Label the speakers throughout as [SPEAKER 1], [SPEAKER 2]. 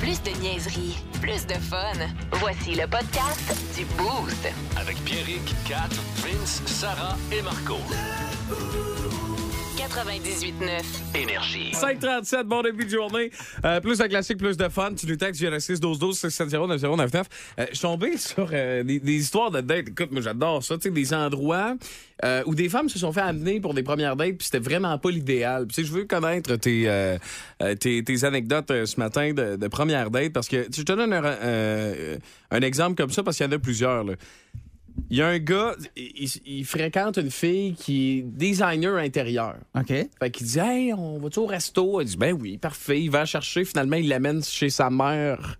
[SPEAKER 1] Plus de niaiserie, plus de fun. Voici le podcast du Boost.
[SPEAKER 2] Avec Pierrick, Kat, Vince, Sarah et Marco.
[SPEAKER 1] 98.9.
[SPEAKER 2] Énergie.
[SPEAKER 3] 537, bon début de journée. Euh, plus de classique, plus de fun. Tu nous textes, du 6 12 12 670 9099. Euh, je suis tombé sur euh, des, des histoires de dates. Écoute, moi, j'adore ça. Tu sais, des endroits euh, où des femmes se sont fait amener pour des premières dates, puis c'était vraiment pas l'idéal. Puis, tu sais, je veux connaître tes, euh, euh, tes, tes anecdotes euh, ce matin de, de première date, parce que tu sais, je te donne un, euh, un exemple comme ça, parce qu'il y en a plusieurs, là. Il y a un gars, il, il- il fréquente une fille qui est designer intérieur.
[SPEAKER 4] OK.
[SPEAKER 3] Fait qu'il dit, hey, on va-tu au resto? Elle dit, ben oui, parfait. Il va la chercher. Finalement, il l'amène chez sa mère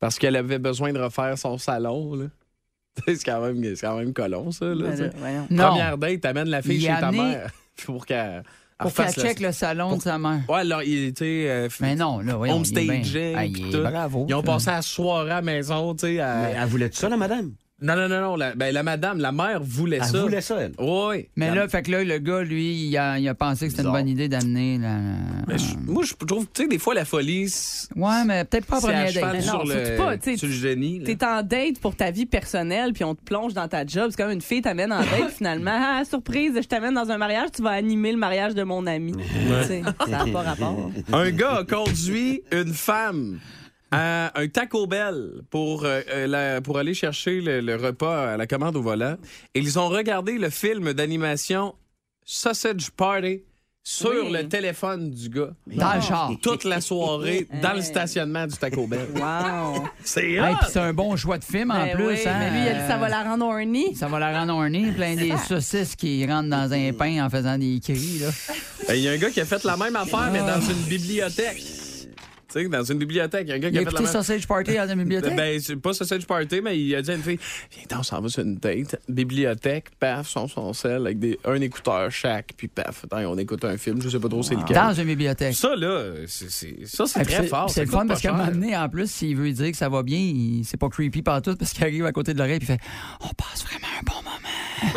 [SPEAKER 3] parce qu'elle avait besoin de refaire son salon. là. C'est quand même, c'est quand même colon, ça.
[SPEAKER 5] Ben,
[SPEAKER 3] là, tu sais.
[SPEAKER 4] Ben, Non.
[SPEAKER 3] Première date, t'amènes la fille
[SPEAKER 4] Il
[SPEAKER 3] chez
[SPEAKER 4] a
[SPEAKER 3] ta
[SPEAKER 4] amené-
[SPEAKER 3] mère pour qu'elle elle
[SPEAKER 4] Pour qu'elle
[SPEAKER 3] refasse
[SPEAKER 4] check le salon de sa mère.
[SPEAKER 3] Ouais, alors, il était. euh,
[SPEAKER 4] Mais non, là, voyons.
[SPEAKER 3] Home
[SPEAKER 4] il est bien-
[SPEAKER 3] staging,
[SPEAKER 4] Ah, il
[SPEAKER 3] pis
[SPEAKER 4] est
[SPEAKER 3] tout.
[SPEAKER 4] Bravo.
[SPEAKER 3] Ils ont
[SPEAKER 4] ça.
[SPEAKER 3] passé la soirée à la maison, tu sais. à-
[SPEAKER 6] Elle voulait tout ça, la madame?
[SPEAKER 3] Non, non, non, non. La, ben, la madame, la mère voulait
[SPEAKER 6] Elle
[SPEAKER 3] ça.
[SPEAKER 6] voulait ça, elle.
[SPEAKER 3] Oui.
[SPEAKER 4] Mais là, fait que là, le gars, lui, il a, il a pensé que c'était une
[SPEAKER 6] Bizarre.
[SPEAKER 4] bonne idée d'amener. la-
[SPEAKER 3] Mais je- moi, je trouve, tu sais, des fois, la folie. c'est-
[SPEAKER 4] Ouais, mais peut-être pas en
[SPEAKER 3] c'est à
[SPEAKER 4] première
[SPEAKER 3] cheval
[SPEAKER 4] date.
[SPEAKER 5] Mais
[SPEAKER 3] sur
[SPEAKER 5] non,
[SPEAKER 3] le,
[SPEAKER 5] surtout pas, tu sais,
[SPEAKER 3] sur le génie. là.
[SPEAKER 5] T'es en date pour ta vie personnelle, puis on te plonge dans ta job. C'est comme une fille t'amène en date, finalement. Ah, surprise, je t'amène dans un mariage, tu vas animer le mariage de mon ami. Tu sais, Ça n'a pas rapport.
[SPEAKER 3] Un gars a conduit une femme à un Taco Bell pour, euh, euh, la- pour aller chercher le, le repas à la commande au volant. Et ils ont regardé le film d'animation Sausage Party sur
[SPEAKER 5] Oui.
[SPEAKER 3] le téléphone du gars.
[SPEAKER 4] Dans le char.
[SPEAKER 3] Toute la soirée dans le stationnement du Taco Bell.
[SPEAKER 5] Wow.
[SPEAKER 3] C'est
[SPEAKER 4] Hey, puis c'est un bon choix de film en
[SPEAKER 5] Ben
[SPEAKER 4] plus.
[SPEAKER 5] oui,
[SPEAKER 4] hein.
[SPEAKER 5] mais lui, il a dit ça va la rendre horny.
[SPEAKER 4] Ça va la rendre ornée, plein des saucisses qui rentrent dans un pain en faisant des cris. Là.
[SPEAKER 3] Il y Mm. a un gars qui a fait la même affaire, mais dans une bibliothèque. Tu sais, dans une bibliothèque, il y a un gars qui
[SPEAKER 4] Il a
[SPEAKER 3] a fait la
[SPEAKER 4] écouté
[SPEAKER 3] même
[SPEAKER 4] Sausage Party dans la bibliothèque.
[SPEAKER 3] Ben, c'est pas Sausage Party, mais il a dit à une fille Viens, t'en, on s'en va sur une date. Bibliothèque, paf, son son sel, avec des, un écouteur chaque, puis paf, attends, on écoute un film, je sais pas trop c'est lequel.
[SPEAKER 4] dans une bibliothèque.
[SPEAKER 3] Ça, là, c'est, c'est- ça, c'est
[SPEAKER 4] Ah, puis
[SPEAKER 3] très fort.
[SPEAKER 4] puis C'est
[SPEAKER 3] ça
[SPEAKER 4] le
[SPEAKER 3] coûte
[SPEAKER 4] fun
[SPEAKER 3] pas
[SPEAKER 4] parce qu'à un
[SPEAKER 3] cher.
[SPEAKER 4] moment donné, en plus, s'il veut dire que ça va bien, il- c'est pas creepy partout parce qu'il arrive à côté de l'oreille et il fait On passe vraiment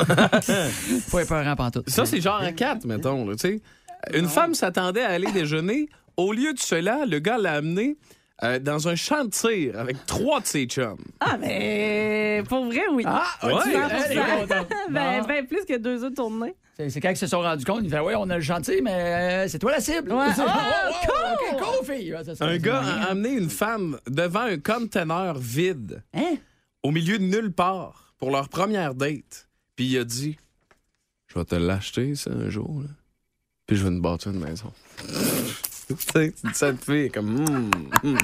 [SPEAKER 4] un bon moment. pas épeurant pantoute.
[SPEAKER 3] Ça, c'est
[SPEAKER 4] euh,
[SPEAKER 3] genre en quatre, mettons, là, tu sais. Une femme s'attendait à aller déjeuner. Au lieu de cela, le gars l'a amené euh, dans un champ de tir avec trois de ses chums.
[SPEAKER 5] Ah, mais ben, pour vrai, oui.
[SPEAKER 4] Ah,
[SPEAKER 3] ouais,
[SPEAKER 5] elle est
[SPEAKER 4] contente.
[SPEAKER 5] Ben, ben, plus que deux autres tournées.
[SPEAKER 4] C'est c'est quand ils se sont rendus compte, ils fait Ouais, on a le gentil, mais euh, c'est toi la cible.
[SPEAKER 5] Ouais.
[SPEAKER 4] C'est-
[SPEAKER 5] Oh,
[SPEAKER 3] Ah,
[SPEAKER 4] oh, OK, cool, fille. Ouais, c'est ça,
[SPEAKER 3] Un
[SPEAKER 4] c'est
[SPEAKER 3] gars hein?
[SPEAKER 4] marrant.
[SPEAKER 3] a amené une femme devant un conteneur vide.
[SPEAKER 4] Hein?
[SPEAKER 3] au milieu de nulle part pour leur première date. Puis il a dit Je vais te l'acheter, ça, un jour. là. Puis je vais me bâtir une maison. tu sais, tu dis ça te fait comme. Hum, hum.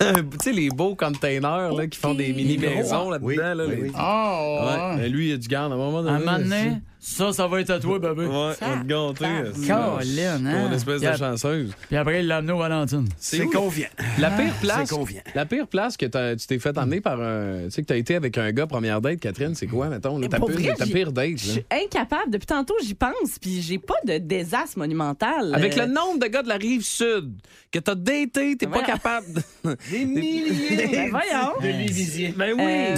[SPEAKER 3] tu sais, les beaux containers là, qui font des mini-maisons là-dedans.
[SPEAKER 6] Oui,
[SPEAKER 3] là,
[SPEAKER 6] oui,
[SPEAKER 3] les- Ah,
[SPEAKER 6] oui.
[SPEAKER 4] Oh,
[SPEAKER 3] Ouais. Mais lui, il a du garde à un moment
[SPEAKER 4] À
[SPEAKER 3] donné.
[SPEAKER 4] un moment donné, ça, ça va être à toi, bébé.
[SPEAKER 3] Ouais, on va te gâter. c'est-
[SPEAKER 4] Colin, hein?
[SPEAKER 3] Une espèce
[SPEAKER 4] Yep.
[SPEAKER 3] de chanceuse.
[SPEAKER 4] Puis après, il l'a amené au Valentine.
[SPEAKER 6] C'est
[SPEAKER 3] où?
[SPEAKER 6] convient.
[SPEAKER 3] La pire place,
[SPEAKER 6] C'est convient.
[SPEAKER 3] la pire place que t'as- tu t'es fait emmener par un, tu sais que t'as été avec un gars première date, Catherine, c'est quoi, mettons, là,
[SPEAKER 5] Mais
[SPEAKER 3] ta,
[SPEAKER 5] pour
[SPEAKER 3] pire,
[SPEAKER 5] vrai,
[SPEAKER 3] ta
[SPEAKER 5] j'ai-
[SPEAKER 3] pire date?
[SPEAKER 5] Je
[SPEAKER 3] là?
[SPEAKER 5] suis incapable. Depuis tantôt, j'y pense, puis j'ai pas de désastre monumental.
[SPEAKER 3] Avec
[SPEAKER 5] Euh,
[SPEAKER 3] le nombre de gars de la rive sud que t'as daté, t'es pas
[SPEAKER 5] Voyons.
[SPEAKER 3] capable. de-
[SPEAKER 6] Des milliers
[SPEAKER 5] Ben, voyons.
[SPEAKER 6] de Lévisiers.
[SPEAKER 3] Ben
[SPEAKER 5] Euh,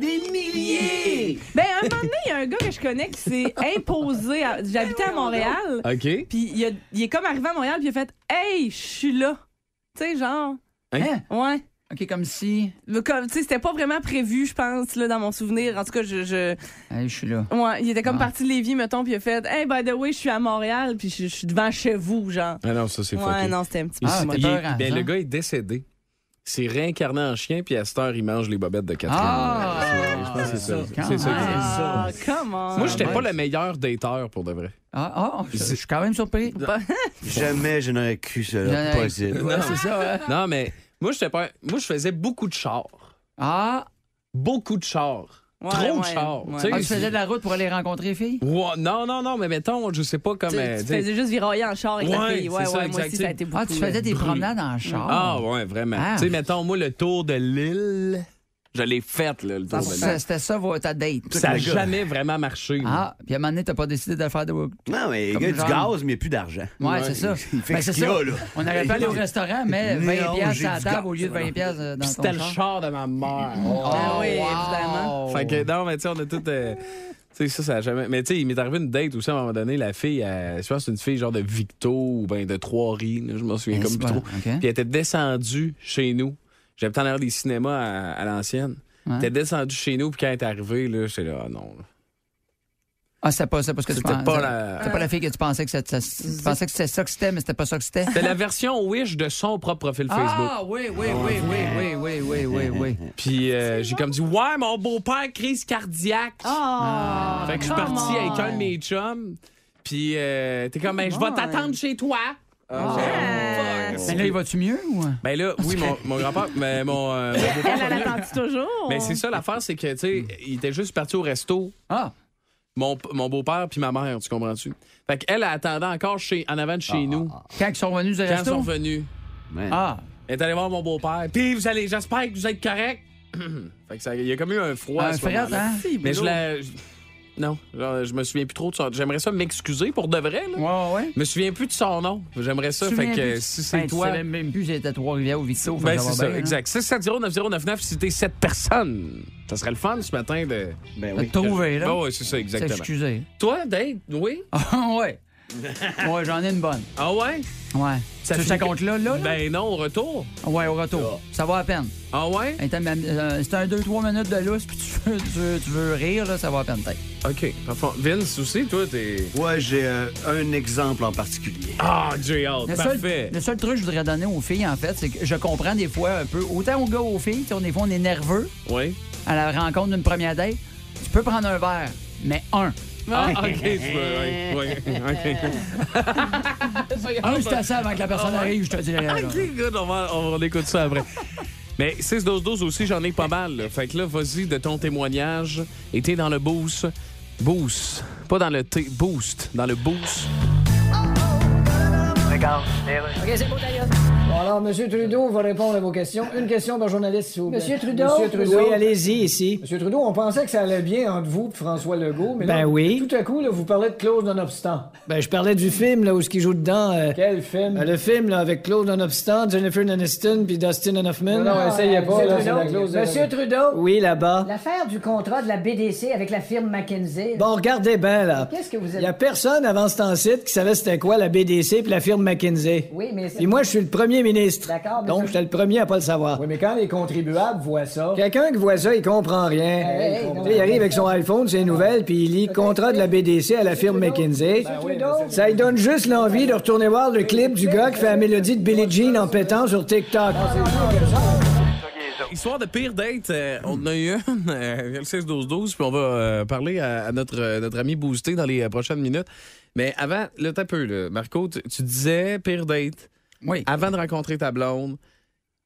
[SPEAKER 6] Des milliers!
[SPEAKER 5] Ben, un moment donné, il y a un gars que je connais qui s'est imposé. à- J'habitais à Montréal.
[SPEAKER 3] OK.
[SPEAKER 5] Puis il, a- il est comme arrivé à Montréal, puis il a fait Hey, je suis là. Tu sais, genre,
[SPEAKER 4] Hein?
[SPEAKER 5] ouais.
[SPEAKER 4] OK, comme si.
[SPEAKER 5] Mais Comme, tu sais, c'était pas vraiment prévu, je pense, là, dans mon souvenir. En tout cas, je. je-
[SPEAKER 4] Hey, je suis là.
[SPEAKER 5] Ouais, il était comme
[SPEAKER 4] Ah.
[SPEAKER 5] parti de Lévis, mettons, puis il a fait Hey, by the way, je suis à Montréal, puis je je suis devant chez vous, genre.
[SPEAKER 3] Ah non, ça, c'est
[SPEAKER 5] Ouais,
[SPEAKER 3] fucké.
[SPEAKER 5] non, c'était un petit peu.
[SPEAKER 3] Il-
[SPEAKER 4] Ah, t'es
[SPEAKER 3] il-
[SPEAKER 4] peurant,
[SPEAKER 3] ben,
[SPEAKER 4] hein?
[SPEAKER 3] le gars est décédé. C'est réincarné en chien, puis à cette heure, il mange les bobettes de Catherine.
[SPEAKER 4] Ah!
[SPEAKER 3] Ouais, je pense que c'est ça.
[SPEAKER 4] Quand
[SPEAKER 3] C'est ça.
[SPEAKER 4] même.
[SPEAKER 3] que c'est.
[SPEAKER 5] Ah, comment?
[SPEAKER 3] Moi, j'étais pas le meilleur dateur, pour de vrai.
[SPEAKER 4] Ah, ah, je je suis quand même surpris.
[SPEAKER 6] Jamais je n'aurais cru cela
[SPEAKER 4] J'en ai-
[SPEAKER 6] possible.
[SPEAKER 4] Ouais, c'est ça, hein?
[SPEAKER 3] Non, mais moi, j'étais pas... moi je faisais beaucoup de chars.
[SPEAKER 4] Ah,
[SPEAKER 3] Beaucoup de chars.
[SPEAKER 5] Ouais,
[SPEAKER 3] Trop de
[SPEAKER 5] ouais,
[SPEAKER 3] chars.
[SPEAKER 5] ouais.
[SPEAKER 3] Tu sais,
[SPEAKER 4] ah, tu faisais de la route pour aller rencontrer les filles?
[SPEAKER 3] Ouais, Non, non, non, mais mettons, je sais pas
[SPEAKER 5] Tu,
[SPEAKER 3] comme. euh,
[SPEAKER 5] tu
[SPEAKER 3] tu sais-
[SPEAKER 5] faisais juste virailler en char avec la
[SPEAKER 3] Ouais,
[SPEAKER 5] fille.
[SPEAKER 3] c'est
[SPEAKER 5] Ouais, ouais,
[SPEAKER 3] ça,
[SPEAKER 5] moi
[SPEAKER 3] exact.
[SPEAKER 5] aussi, ça a été beaucoup.
[SPEAKER 4] Ah, tu faisais des
[SPEAKER 3] brûle.
[SPEAKER 4] promenades en char.
[SPEAKER 3] Ah ouais, vraiment.
[SPEAKER 4] Ah.
[SPEAKER 3] Tu sais, mettons, moi, le tour de l'île, je l'ai fait, là, le tour de
[SPEAKER 4] Ah, Ça,
[SPEAKER 3] l'île.
[SPEAKER 4] C'était ça, vo- ta date.
[SPEAKER 3] Ça n'a jamais vraiment marché.
[SPEAKER 4] Ah, puis à un moment donné, t'as pas décidé de le faire de. Ouais,
[SPEAKER 6] Non, mais
[SPEAKER 4] Comme
[SPEAKER 6] gars, du
[SPEAKER 4] genre-
[SPEAKER 6] gaz, mais plus d'argent.
[SPEAKER 4] c'est ça.
[SPEAKER 6] Il fait
[SPEAKER 4] Ben, c'est
[SPEAKER 6] ce qu'il
[SPEAKER 4] ça.
[SPEAKER 6] a, là.
[SPEAKER 4] On aurait pu aller au restaurant, mais 20
[SPEAKER 6] Non,
[SPEAKER 4] piastres à la
[SPEAKER 6] j'ai du
[SPEAKER 4] table
[SPEAKER 6] gaz.
[SPEAKER 4] au lieu de 20 piastres euh, dans
[SPEAKER 3] Puis
[SPEAKER 4] ton
[SPEAKER 3] C'était le
[SPEAKER 4] char.
[SPEAKER 3] char de ma mère.
[SPEAKER 5] Ah
[SPEAKER 4] wow.
[SPEAKER 5] oui, évidemment.
[SPEAKER 3] Fait que non, mais tu sais, on a tout. euh, tu sais, Tu sais, ça, ça a jamais. Mais tu sais, il m'est arrivé une date aussi à un moment donné. La fille, elle- je pense que c'est une fille genre de Victo ou ben de Trois-Rives, là, je m'en souviens
[SPEAKER 4] Ben,
[SPEAKER 3] comme
[SPEAKER 4] c'est
[SPEAKER 3] plus
[SPEAKER 4] pas-
[SPEAKER 3] trop.
[SPEAKER 4] ok.
[SPEAKER 3] Puis elle était descendue chez nous. J'habitais en arrière des cinémas à, à l'ancienne.
[SPEAKER 4] Ouais.
[SPEAKER 3] Elle était descendue chez nous, puis quand elle est arrivée, là, j'étais là, ah non. là.
[SPEAKER 4] Ah, c'était pas, c'était pas ce que tu
[SPEAKER 3] C'était
[SPEAKER 4] pensais.
[SPEAKER 3] pas la-
[SPEAKER 4] C'était pas la fille que tu pensais que, ça- ça- tu pensais que c'était ça que c'était, mais c'était pas ça que c'était.
[SPEAKER 3] C'était la version Wish de son propre profil Facebook.
[SPEAKER 4] Ah, oui, oui, oui, oui, oui, oui, oui, oui, oui.
[SPEAKER 3] Puis euh, j'ai comme dit, ouais, mon beau-père, crise cardiaque.
[SPEAKER 5] Ah!
[SPEAKER 3] Fait que je suis
[SPEAKER 5] come
[SPEAKER 3] parti
[SPEAKER 5] on.
[SPEAKER 3] avec un de mes chums. Puis euh, t'es comme, ben, je vais
[SPEAKER 5] on.
[SPEAKER 3] t'attendre chez toi.
[SPEAKER 4] Mais là, il va-tu mieux ou?
[SPEAKER 3] Ben là, oui, mon, mon grand-père, mais mon, euh, mon beau-père.
[SPEAKER 5] Elle, elle attend-tu toujours?
[SPEAKER 3] Mais c'est ça l'affaire, c'est que, tu sais, il était juste parti au resto,
[SPEAKER 4] Ah!
[SPEAKER 3] mon, mon beau-père puis ma mère, tu comprends-tu? Fait qu'elle elle attendait encore chez, en avant de chez nous.
[SPEAKER 4] Quand ils sont revenus du
[SPEAKER 3] Quand ils
[SPEAKER 4] Ah, resto?
[SPEAKER 3] sont venus,
[SPEAKER 6] Man.
[SPEAKER 4] Ah!
[SPEAKER 3] elle est allée voir mon beau-père. Puis vous allez, j'espère que vous êtes correct. fait que ça, il y a comme eu un froid. à
[SPEAKER 4] Un
[SPEAKER 3] ce
[SPEAKER 4] frère,
[SPEAKER 3] moment-là.
[SPEAKER 4] hein?
[SPEAKER 3] Mais je la. je- Non, genre, je me souviens plus trop de ça. J'aimerais ça m'excuser pour de vrai, là.
[SPEAKER 4] Ouais, ouais, ouais.
[SPEAKER 3] Je me souviens plus de son nom. J'aimerais ça.
[SPEAKER 4] Tu
[SPEAKER 3] Fait
[SPEAKER 4] viens
[SPEAKER 3] que
[SPEAKER 4] plus-
[SPEAKER 3] si c'est
[SPEAKER 4] Ben,
[SPEAKER 3] toi.
[SPEAKER 4] Tu savais même plus, j'étais à Trois-Rivières au Victo. fait
[SPEAKER 3] Ben,
[SPEAKER 4] que
[SPEAKER 3] c'est
[SPEAKER 4] va
[SPEAKER 3] ça,
[SPEAKER 4] bien, hein.
[SPEAKER 3] exact. 670-9099, si t'es cette personne. Ça serait le fun ce matin de.
[SPEAKER 6] Ben
[SPEAKER 4] T'as
[SPEAKER 6] oui.
[SPEAKER 4] trouvé, là.
[SPEAKER 3] Bon, ouais, c'est ça, exactement.
[SPEAKER 4] S'excuser.
[SPEAKER 3] Toi, Dave, oui?
[SPEAKER 4] Ah, ouais. Ouais, j'en ai une bonne.
[SPEAKER 3] Ah ouais?
[SPEAKER 4] Ouais.
[SPEAKER 3] Ça
[SPEAKER 4] Ça tu veux que
[SPEAKER 3] finit
[SPEAKER 4] je te compte là, là? là?
[SPEAKER 3] Ben non, au retour.
[SPEAKER 4] Ouais, au retour. Ça va à peine.
[SPEAKER 3] Ah ouais?
[SPEAKER 4] Hey, t'as- euh, C'est un 2-3 minutes de lousse, puis tu veux, tu, veux, tu veux rire, là, ça va à peine peut-être.
[SPEAKER 3] OK. Parfait. Vince aussi, toi, t'es.
[SPEAKER 6] Ouais, j'ai euh, un exemple en particulier.
[SPEAKER 3] Ah, j'ai hâte.
[SPEAKER 4] Le seul,
[SPEAKER 3] Parfait.
[SPEAKER 4] le seul truc que je voudrais donner aux filles, en fait, c'est que je comprends des fois un peu, autant aux gars aux filles, tu sais, on- des fois on est nerveux
[SPEAKER 3] Oui.
[SPEAKER 4] à la rencontre d'une première date, tu peux prendre un verre, mais un.
[SPEAKER 3] Ah, OK, tu peux. Oui, oui. OK.
[SPEAKER 4] Un, c'est assez avant que la personne arrive, je te dirais. là.
[SPEAKER 3] Ah OK, good, on, va, on va écouter ça après. Mais 6-12-12 aussi, j'en ai pas mal. là. Fait que là, vas-y de ton témoignage. Et t'es dans le boost. Boost. Pas dans le T. Boost. Dans le boost.
[SPEAKER 7] Bon, alors, M. Trudeau va répondre à vos questions. Une question par journaliste, s'il vous plaît.
[SPEAKER 8] Monsieur Trudeau?
[SPEAKER 7] Monsieur Trudeau.
[SPEAKER 8] Oui, allez-y, ici.
[SPEAKER 7] Monsieur Trudeau, on pensait que ça allait bien entre vous et François Legault, mais
[SPEAKER 8] Ben
[SPEAKER 7] là,
[SPEAKER 8] oui.
[SPEAKER 7] tout à coup, là, vous parlez de Claude Nonobstant.
[SPEAKER 8] Ben, je parlais du film, là, où ce qui joue dedans. euh,
[SPEAKER 7] Quel film?
[SPEAKER 8] euh, le film, là, avec Claude Nonobstant, Jennifer Aniston, puis Dustin Hoffman.
[SPEAKER 7] Non, non, essayez pas,
[SPEAKER 8] Ah, Monsieur
[SPEAKER 7] là, c'est
[SPEAKER 8] Trudeau.
[SPEAKER 7] la clause.
[SPEAKER 8] Monsieur
[SPEAKER 7] Trudeau!
[SPEAKER 8] Oui, là-bas.
[SPEAKER 9] L'affaire du contrat de la BDC avec la firme McKenzie.
[SPEAKER 8] Bon, regardez bien, là.
[SPEAKER 9] Qu'est-ce que vous
[SPEAKER 8] Il
[SPEAKER 9] avez-
[SPEAKER 8] y a personne avant ce temps-ci qui savait c'était quoi la BDC puis la firme McKinsey.
[SPEAKER 9] Oui, mais c'est-
[SPEAKER 8] Puis moi, je suis le premier ministre.
[SPEAKER 9] D'accord, mais
[SPEAKER 8] Donc,
[SPEAKER 9] ça-
[SPEAKER 8] j'étais le premier à pas le savoir.
[SPEAKER 7] Oui, mais quand les contribuables voient ça,
[SPEAKER 8] Quelqu'un qui voit ça, il comprend rien.
[SPEAKER 9] Hey, hey,
[SPEAKER 8] Tu
[SPEAKER 9] non,
[SPEAKER 8] sais, il arrive avec son iPhone, ses nouvelles, puis il lit contrat de la BDC à la firme McKinsey. Ça lui donne juste l'envie de retourner voir le clip du gars qui fait la mélodie de Billie Jean en pétant sur TikTok.
[SPEAKER 3] Histoire de pire date, euh, on en a eu une, euh, le 16-12-12, puis on va euh, parler à, à notre, euh, notre ami Boosté dans les euh, prochaines minutes. Mais avant, le t'as peu, là. Marco, tu, tu disais pire date,
[SPEAKER 4] Oui.
[SPEAKER 3] avant de rencontrer ta blonde,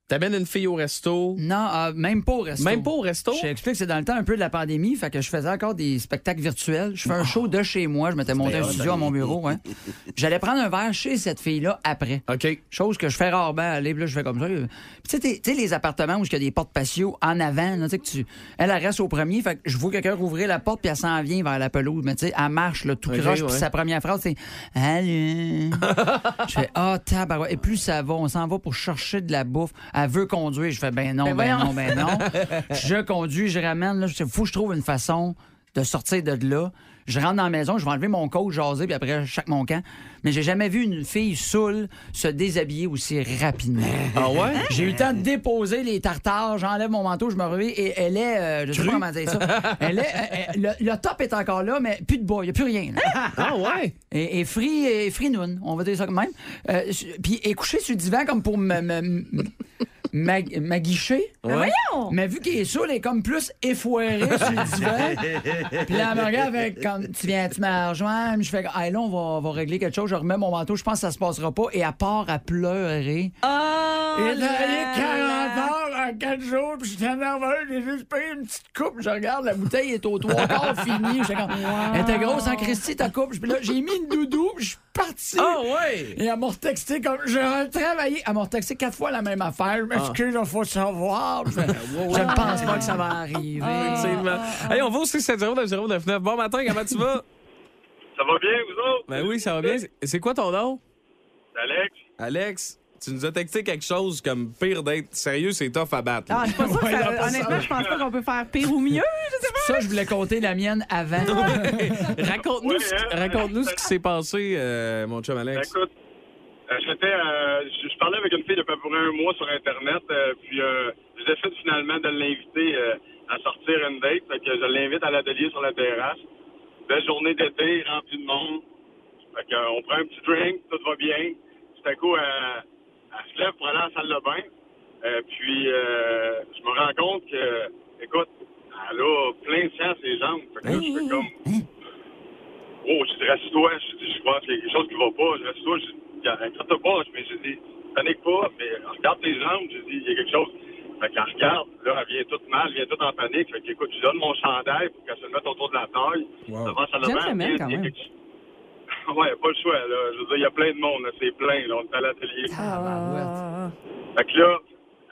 [SPEAKER 3] t'amènes une fille au resto,
[SPEAKER 4] Non, euh, même pas au resto.
[SPEAKER 3] même pas au resto.
[SPEAKER 4] Je t'explique, c'est dans le temps un peu de la pandémie, fait que je faisais encore des spectacles virtuels. Je
[SPEAKER 3] Ah.
[SPEAKER 4] fais un show de chez moi, je m'étais monté un studio à mon bureau. hein. J'allais prendre un verre chez cette fille-là après.
[SPEAKER 3] OK.
[SPEAKER 4] Chose que je fais rarement aller, puis là, je fais comme ça. Puis tu sais, t'es- tu sais, les appartements où il y a des portes patio en avant, là, tu sais, que tu. Elle, elle reste au premier, fait que je vois quelqu'un rouvrir la porte, puis elle s'en vient vers la pelouse. Mais tu sais, elle marche, là, tout
[SPEAKER 3] Ok,
[SPEAKER 4] croche,
[SPEAKER 3] ouais.
[SPEAKER 4] puis sa première phrase, c'est Allô. je fais Ah, tabarouette. Et plus ça va, on s'en va pour chercher de la bouffe. Elle veut conduire. Je fais Ben non, ben, non, ben non. je conduis, je ramène, là, je fais, faut que je trouve une façon de sortir de là. Je rentre dans la maison, je vais enlever mon coat, jaser, puis après, chaque mon camp. Mais j'ai jamais vu une fille saoule se déshabiller aussi rapidement. Hein?
[SPEAKER 3] Ah ouais?
[SPEAKER 4] J'ai eu le temps de déposer les tartares, j'enlève mon manteau, je me réveille et elle est, euh, je sais pas comment dire ça, elle est, euh, euh, le, le top est encore là, mais plus de bois, il n'y a plus rien. là.
[SPEAKER 3] Ah ouais?
[SPEAKER 4] Et, et free, et free noon, on va dire ça quand même. Euh, su- Puis est couché sur le divan comme pour me- me- me- m'ag- m'aguicher. Ah,
[SPEAKER 3] Ouais.
[SPEAKER 5] Voyons! Oh,
[SPEAKER 4] Mais vu qu'il est saoul, elle est comme plus effoirée sur le divan. Puis là, elle me regarde avec comme tu viens, tu m'as rejoint. Je fais, hey, là, on va, on va régler quelque chose. Je remets mon manteau, je pense que ça se passera pas. Et à part à pleurer.
[SPEAKER 5] Oh!
[SPEAKER 4] Il est allé
[SPEAKER 5] là
[SPEAKER 4] 40
[SPEAKER 5] là.
[SPEAKER 4] heures en 4 jours, puis j'étais nerveux, j'ai juste pris une petite coupe, je regarde, la bouteille est au trois quarts finie. J'étais comme, elle était grosse en Christie, ta coupe. Puis là, j'ai mis une doudou, puis je suis parti.
[SPEAKER 3] Ah ouais?
[SPEAKER 4] Et elle m'a retexté comme. J'ai retravaillé. Elle m'a retexté quatre fois la même affaire. Je
[SPEAKER 3] Ah.
[SPEAKER 4] m'excuse, il faut savoir. Je, fais, je ne pense pas que ça va arriver.
[SPEAKER 3] Effectivement.
[SPEAKER 10] Ah.
[SPEAKER 3] Hey, on va au 670-9099. Bon matin, comment tu vas?
[SPEAKER 11] Ça va bien, vous autres?
[SPEAKER 3] ben oui, ça va bien. C'est quoi ton nom?
[SPEAKER 11] Alex?
[SPEAKER 3] Alex? Tu nous as texté quelque chose comme pire d'être sérieux, c'est tough à battre.
[SPEAKER 5] Ah, je suis pas sûre que ça-
[SPEAKER 4] Ouais, non,
[SPEAKER 5] honnêtement, je pense pas qu'on peut faire pire ou mieux. Je sais pas.
[SPEAKER 4] Ça, je voulais compter la mienne avant.
[SPEAKER 3] Raconte-nous
[SPEAKER 11] Oui,
[SPEAKER 3] ce,
[SPEAKER 11] hein,
[SPEAKER 3] raconte-nous ce qui s'est passé, euh, mon chum Alex.
[SPEAKER 11] Ben, Écoute, euh, j'étais, euh, je, je parlais avec une fille depuis à peu près un mois sur Internet, euh, puis euh, je décide finalement de l'inviter euh, à sortir une date, fait que je l'invite à l'atelier sur la terrasse. Belle journée d'été, remplie de monde. Fait que, euh, on prend un petit drink, tout va bien. Tout à coup, euh, elle se lève pour aller à la salle de bain. Euh, puis, euh, je me rends compte que, écoute, elle a plein de sang à ses jambes. Fait que là, je fais comme... Oh, je dis, reste-toi. Je dis, je pense qu'il y a quelque chose qui va pas. Je reste-toi. Je dis, inquiète pas. Mais je dis, panique pas. Mais regarde tes jambes. Je dis, il y a quelque chose. Fait qu'elle regarde. Là, elle vient toute mal. Elle vient toute en panique. Fait qu'écoute, je donne mon chandail pour qu'elle se le mette autour de la taille.
[SPEAKER 3] Wow.
[SPEAKER 11] Devant sa
[SPEAKER 5] J'aime
[SPEAKER 11] maman,
[SPEAKER 5] le même,
[SPEAKER 11] elle
[SPEAKER 5] quand
[SPEAKER 11] dit, il y a
[SPEAKER 5] même.
[SPEAKER 11] quelque chose. Ah Ouais, pas le choix, là. Je veux dire, il y a plein de monde, là. C'est plein, là. On est à l'atelier.
[SPEAKER 5] Ah,
[SPEAKER 11] Fait que là,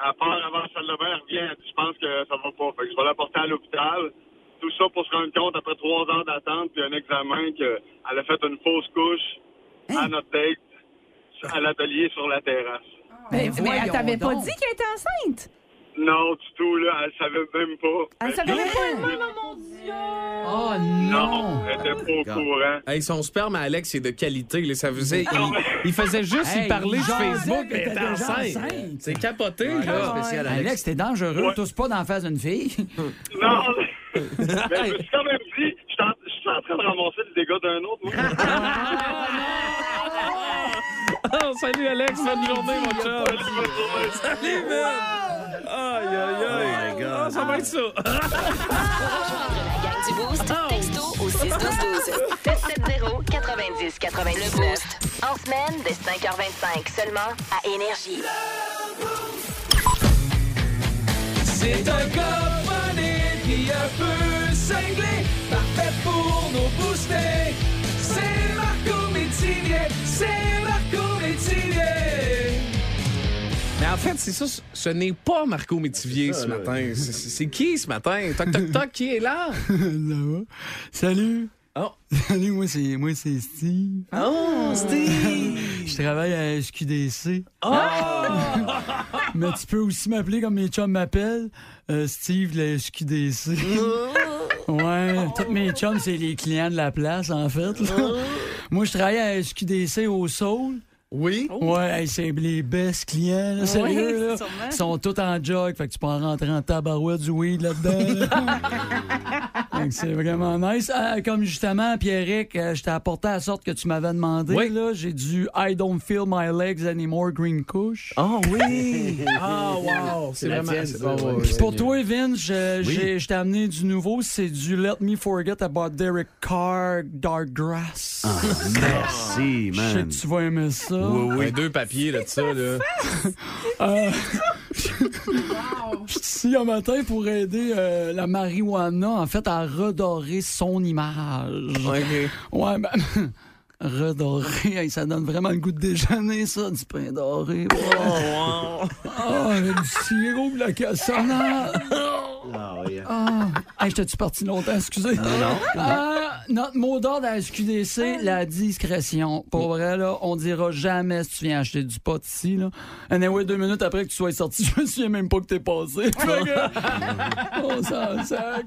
[SPEAKER 11] à part avant la salle de bain, elle revient, elle dit, je pense que ça va pas. Fait que je vais la porter à l'hôpital. Tout ça pour se rendre compte, après trois heures d'attente puis un examen, qu'elle a fait une fausse couche à notre tête, à l'atelier sur la terrasse.
[SPEAKER 5] Mais,
[SPEAKER 4] Ben,
[SPEAKER 5] mais elle
[SPEAKER 4] voyons
[SPEAKER 5] t'avait pas
[SPEAKER 4] donc.
[SPEAKER 5] dit qu'elle était enceinte.
[SPEAKER 11] Non, du tout, là, elle savait même pas.
[SPEAKER 5] Elle savait même pas elle-même.
[SPEAKER 4] Oh
[SPEAKER 11] Non,
[SPEAKER 4] non!
[SPEAKER 11] elle était pas au
[SPEAKER 6] God.
[SPEAKER 11] courant.
[SPEAKER 3] Hey, son sperme à Alex est de qualité. là, ça faisait, il, il faisait juste
[SPEAKER 4] Hey,
[SPEAKER 3] y parler
[SPEAKER 4] il
[SPEAKER 3] sur
[SPEAKER 4] jasait
[SPEAKER 3] Facebook.
[SPEAKER 4] que
[SPEAKER 3] mais
[SPEAKER 4] t'étais
[SPEAKER 3] t'es
[SPEAKER 4] déjà
[SPEAKER 3] enceinte.
[SPEAKER 4] enceinte.
[SPEAKER 3] C'est capoté,
[SPEAKER 10] Ah,
[SPEAKER 3] là.
[SPEAKER 6] spécial,
[SPEAKER 4] Alex, t'es dangereux,
[SPEAKER 11] Ouais.
[SPEAKER 4] tousse pas d'en face d'une fille.
[SPEAKER 11] Non! Mais je me suis quand même dit, je suis en- je suis en train de ramasser le dégât d'un autre, moi.
[SPEAKER 3] Oh, salut, Alex. Bonne journée, mon chum. Salut, man. Aïe, aïe, aïe.
[SPEAKER 6] Oh my God.
[SPEAKER 3] Ah, ça va être ça.
[SPEAKER 1] Rejoindre la gang du Boost. Texto au 61212. 770 90 89. Le Boost. En semaine dès 5h25 seulement à Énergie.
[SPEAKER 2] C'est un copané qui un peu cinglé, parfait pour nos booster. C'est Marco Métivier, c'est Marco Métivier.
[SPEAKER 3] Mais en fait, c'est ça. ce- Ce n'est pas Marco Métivier ce matin. C'est- C'est c'est qui ce matin? Toc, toc, toc, qui est là?
[SPEAKER 10] Salut!
[SPEAKER 3] Oh.
[SPEAKER 10] Salut, moi c'est moi c'est Steve.
[SPEAKER 3] Oh, Steve.
[SPEAKER 10] Je travaille à SQDC.
[SPEAKER 3] Oh!
[SPEAKER 10] Mais tu peux aussi m'appeler comme mes chums m'appellent. euh, Steve de la SQDC. ouais, tous mes chums, c'est les clients de la place, en fait. là. moi, je travaille à SQDC au Soul.
[SPEAKER 3] Oui.
[SPEAKER 10] Ouais, hey, c'est les best clients, là, sérieux. là.
[SPEAKER 5] sûrement.
[SPEAKER 10] Ils sont tous en jog, fait que tu peux en rentrer en tabarouette du weed là-dedans. là. Fait que c'est vraiment nice. Ah, comme justement, Pierrick, euh, je t'ai apporté à la sorte que tu m'avais demandé.
[SPEAKER 3] Oui.
[SPEAKER 10] Là, j'ai du I don't feel my legs anymore green kush.
[SPEAKER 3] Oh oui! Ah, wow! C'est vraiment.
[SPEAKER 6] tienne, ça,
[SPEAKER 3] oh,
[SPEAKER 6] ouais.
[SPEAKER 3] oui.
[SPEAKER 10] Puis pour toi, Vince, je,
[SPEAKER 3] Oui.
[SPEAKER 10] j'ai- je t'ai amené du nouveau. C'est du Let Me Forget About Derek Carr Dark Grass.
[SPEAKER 6] Merci,
[SPEAKER 10] Je sais que
[SPEAKER 6] man.
[SPEAKER 10] tu vas aimer ça.
[SPEAKER 3] Oui, deux papiers là, de ça, là.
[SPEAKER 10] Je suis ici un matin pour aider euh, la marijuana, en fait, à redorer son image.
[SPEAKER 3] OK.
[SPEAKER 10] Ouais, ben, redorer, hey, ça donne vraiment le goût de déjeuner, ça, du pain doré. Oh, du sirop, de la cassonade.
[SPEAKER 6] Ah, yeah.
[SPEAKER 10] Ah, hey, je t'ai-tu parti longtemps, excusez.
[SPEAKER 6] Non,
[SPEAKER 10] Ah, notre mot d'ordre à SQDC, la discrétion. Pour
[SPEAKER 6] Mm.
[SPEAKER 10] vrai, là, on dira jamais si tu viens acheter du pot ici. Là. Anyway, deux minutes après que tu sois sorti, je me souviens même pas que t'es passé.
[SPEAKER 6] Ah.
[SPEAKER 10] Fait que- on s'en sac.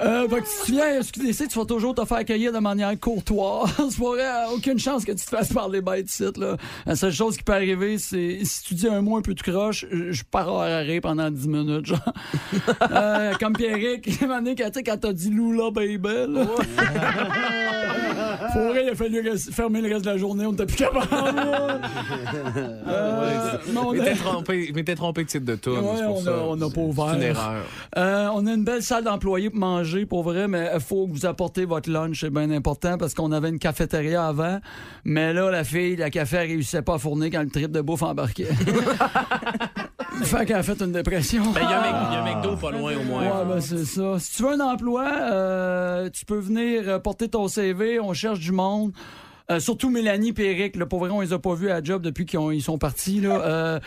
[SPEAKER 10] Euh, fait que si tu viens à SQDC, tu vas toujours te faire accueillir de manière courtoise. Pour vrai, hein? aucune chance que tu te fasses parler bête ici. Là. La seule chose qui peut arriver, c'est si tu dis un mot un peu de croche, je je pars à arrêt pendant 10 minutes. Genre. Euh, comme Pierrick, il m'a dit quand tu sais, quand t'as dit Lula baby. Là. Pour vrai, il a fallu res- fermer le reste de la journée, on était plus capable. là. Euh, mais on
[SPEAKER 3] Mais
[SPEAKER 10] a-
[SPEAKER 3] t'es trompé, mais t'es trompé de titre de tour.
[SPEAKER 10] Ouais, on a- on n'a pas ouvert.
[SPEAKER 3] C'est une erreur.
[SPEAKER 10] Euh, on a une belle salle d'employés pour manger, pour vrai, mais il faut que vous apportez votre lunch, c'est bien important, parce qu'on avait une cafétéria avant, mais là, la fille, la café, elle réussissait pas à fournir quand le trip de bouffe embarquait. fait qu'elle a fait une dépression.
[SPEAKER 3] Ben, il y a un mec- il y a un McDo pas loin, au moins.
[SPEAKER 10] Ouais, ben c'est ça. Si tu veux un emploi, euh, tu peux venir euh, porter ton CV. On cherche du monde. Euh, surtout Mélanie Péric, là, pour vrai, on les a pas vus à la job depuis qu'ils ont- ils sont partis. Là. Euh,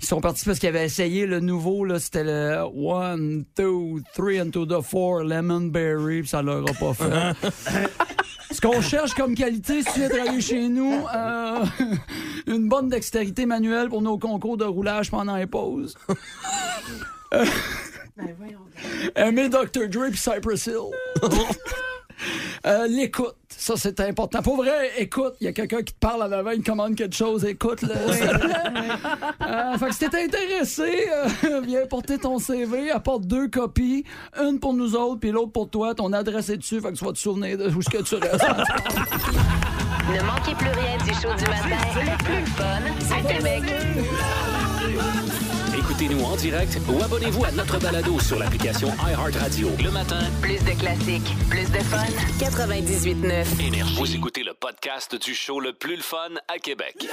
[SPEAKER 10] ils sont partis parce qu'ils avaient essayé le nouveau, là, c'était le One, Two, Three and to the Four Lemon Berry, puis ça leur a pas fait. Ce qu'on cherche comme qualité, si tu veux travailler chez nous, euh, une bonne dextérité manuelle pour nos concours de roulage pendant les pauses. Euh, Aimer Dr. Dre et Cypress Hill. Euh, L'écoute, ça c'est important. Pour vrai, écoute, il y a quelqu'un qui te parle à la veille, commande quelque chose, écoute. Là, Euh, fait que si t'es intéressé, euh, viens porter ton CV, apporte deux copies, une pour nous autres, puis l'autre pour toi. Ton adresse est dessus, fait que tu vas te souvenir de où ce que tu restes.
[SPEAKER 1] Ne manquez plus rien du show du matin, le plus fun à Québec.
[SPEAKER 2] Écoutez-nous en direct ou abonnez-vous à notre balado sur l'application iHeartRadio. Le matin,
[SPEAKER 1] Plus de classiques, plus de fun. 98.9.
[SPEAKER 2] Énergie. Vous écoutez le podcast du show le plus le fun à Québec.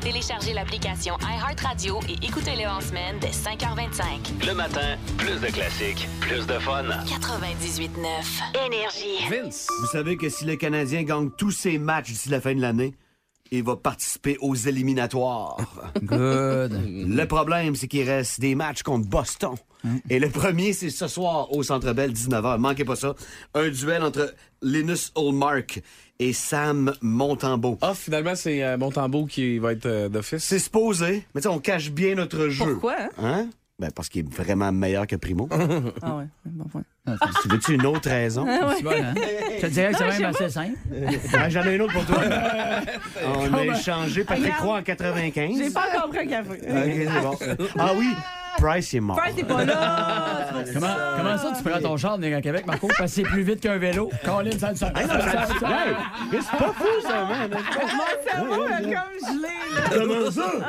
[SPEAKER 1] Téléchargez l'application iHeartRadio et écoutez-le en semaine dès 5h25.
[SPEAKER 2] Le matin, plus de classiques, plus de fun.
[SPEAKER 1] 98.9. Énergie.
[SPEAKER 6] Vous savez que si le Canadien gagne tous ses matchs d'ici la fin de l'année, il va participer aux éliminatoires.
[SPEAKER 4] Good.
[SPEAKER 6] Le problème, c'est qu'il reste des matchs contre Boston. Et le premier, c'est ce soir au Centre Bell, 19h. Manquez pas ça. Un duel entre Linus Olmark et Sam Montembeau.
[SPEAKER 3] Ah, finalement, c'est euh, Montembeau qui va être euh, d'office.
[SPEAKER 6] C'est supposé, mais tu sais, on cache bien notre jeu.
[SPEAKER 5] Pourquoi? hein?
[SPEAKER 6] Hein? Ben, parce qu'il est vraiment meilleur que Primo.
[SPEAKER 5] Ah ouais, bon point.
[SPEAKER 6] tu veux-tu une autre raison?
[SPEAKER 5] Ah
[SPEAKER 4] C'est bon, hein? Je te dirais que c'est même assez simple.
[SPEAKER 6] Ah, J'en ai une autre pour toi. on a échangé Patrick Roy en 95.
[SPEAKER 5] J'ai pas encore pris un café.
[SPEAKER 6] Ok, c'est bon. Ah oui, Price est mort.
[SPEAKER 5] Price, t'es pas là! tu vas-
[SPEAKER 4] Comment, comment ça, tu prends ton char de venir à Québec, Marco, parce que c'est plus vite qu'un vélo? Colin, ça le sent.
[SPEAKER 6] Hey, non, ça- Hey, mais c'est pas fou, ça, man.
[SPEAKER 5] Mon cerveau est comme gelé, là!
[SPEAKER 6] Comment ça?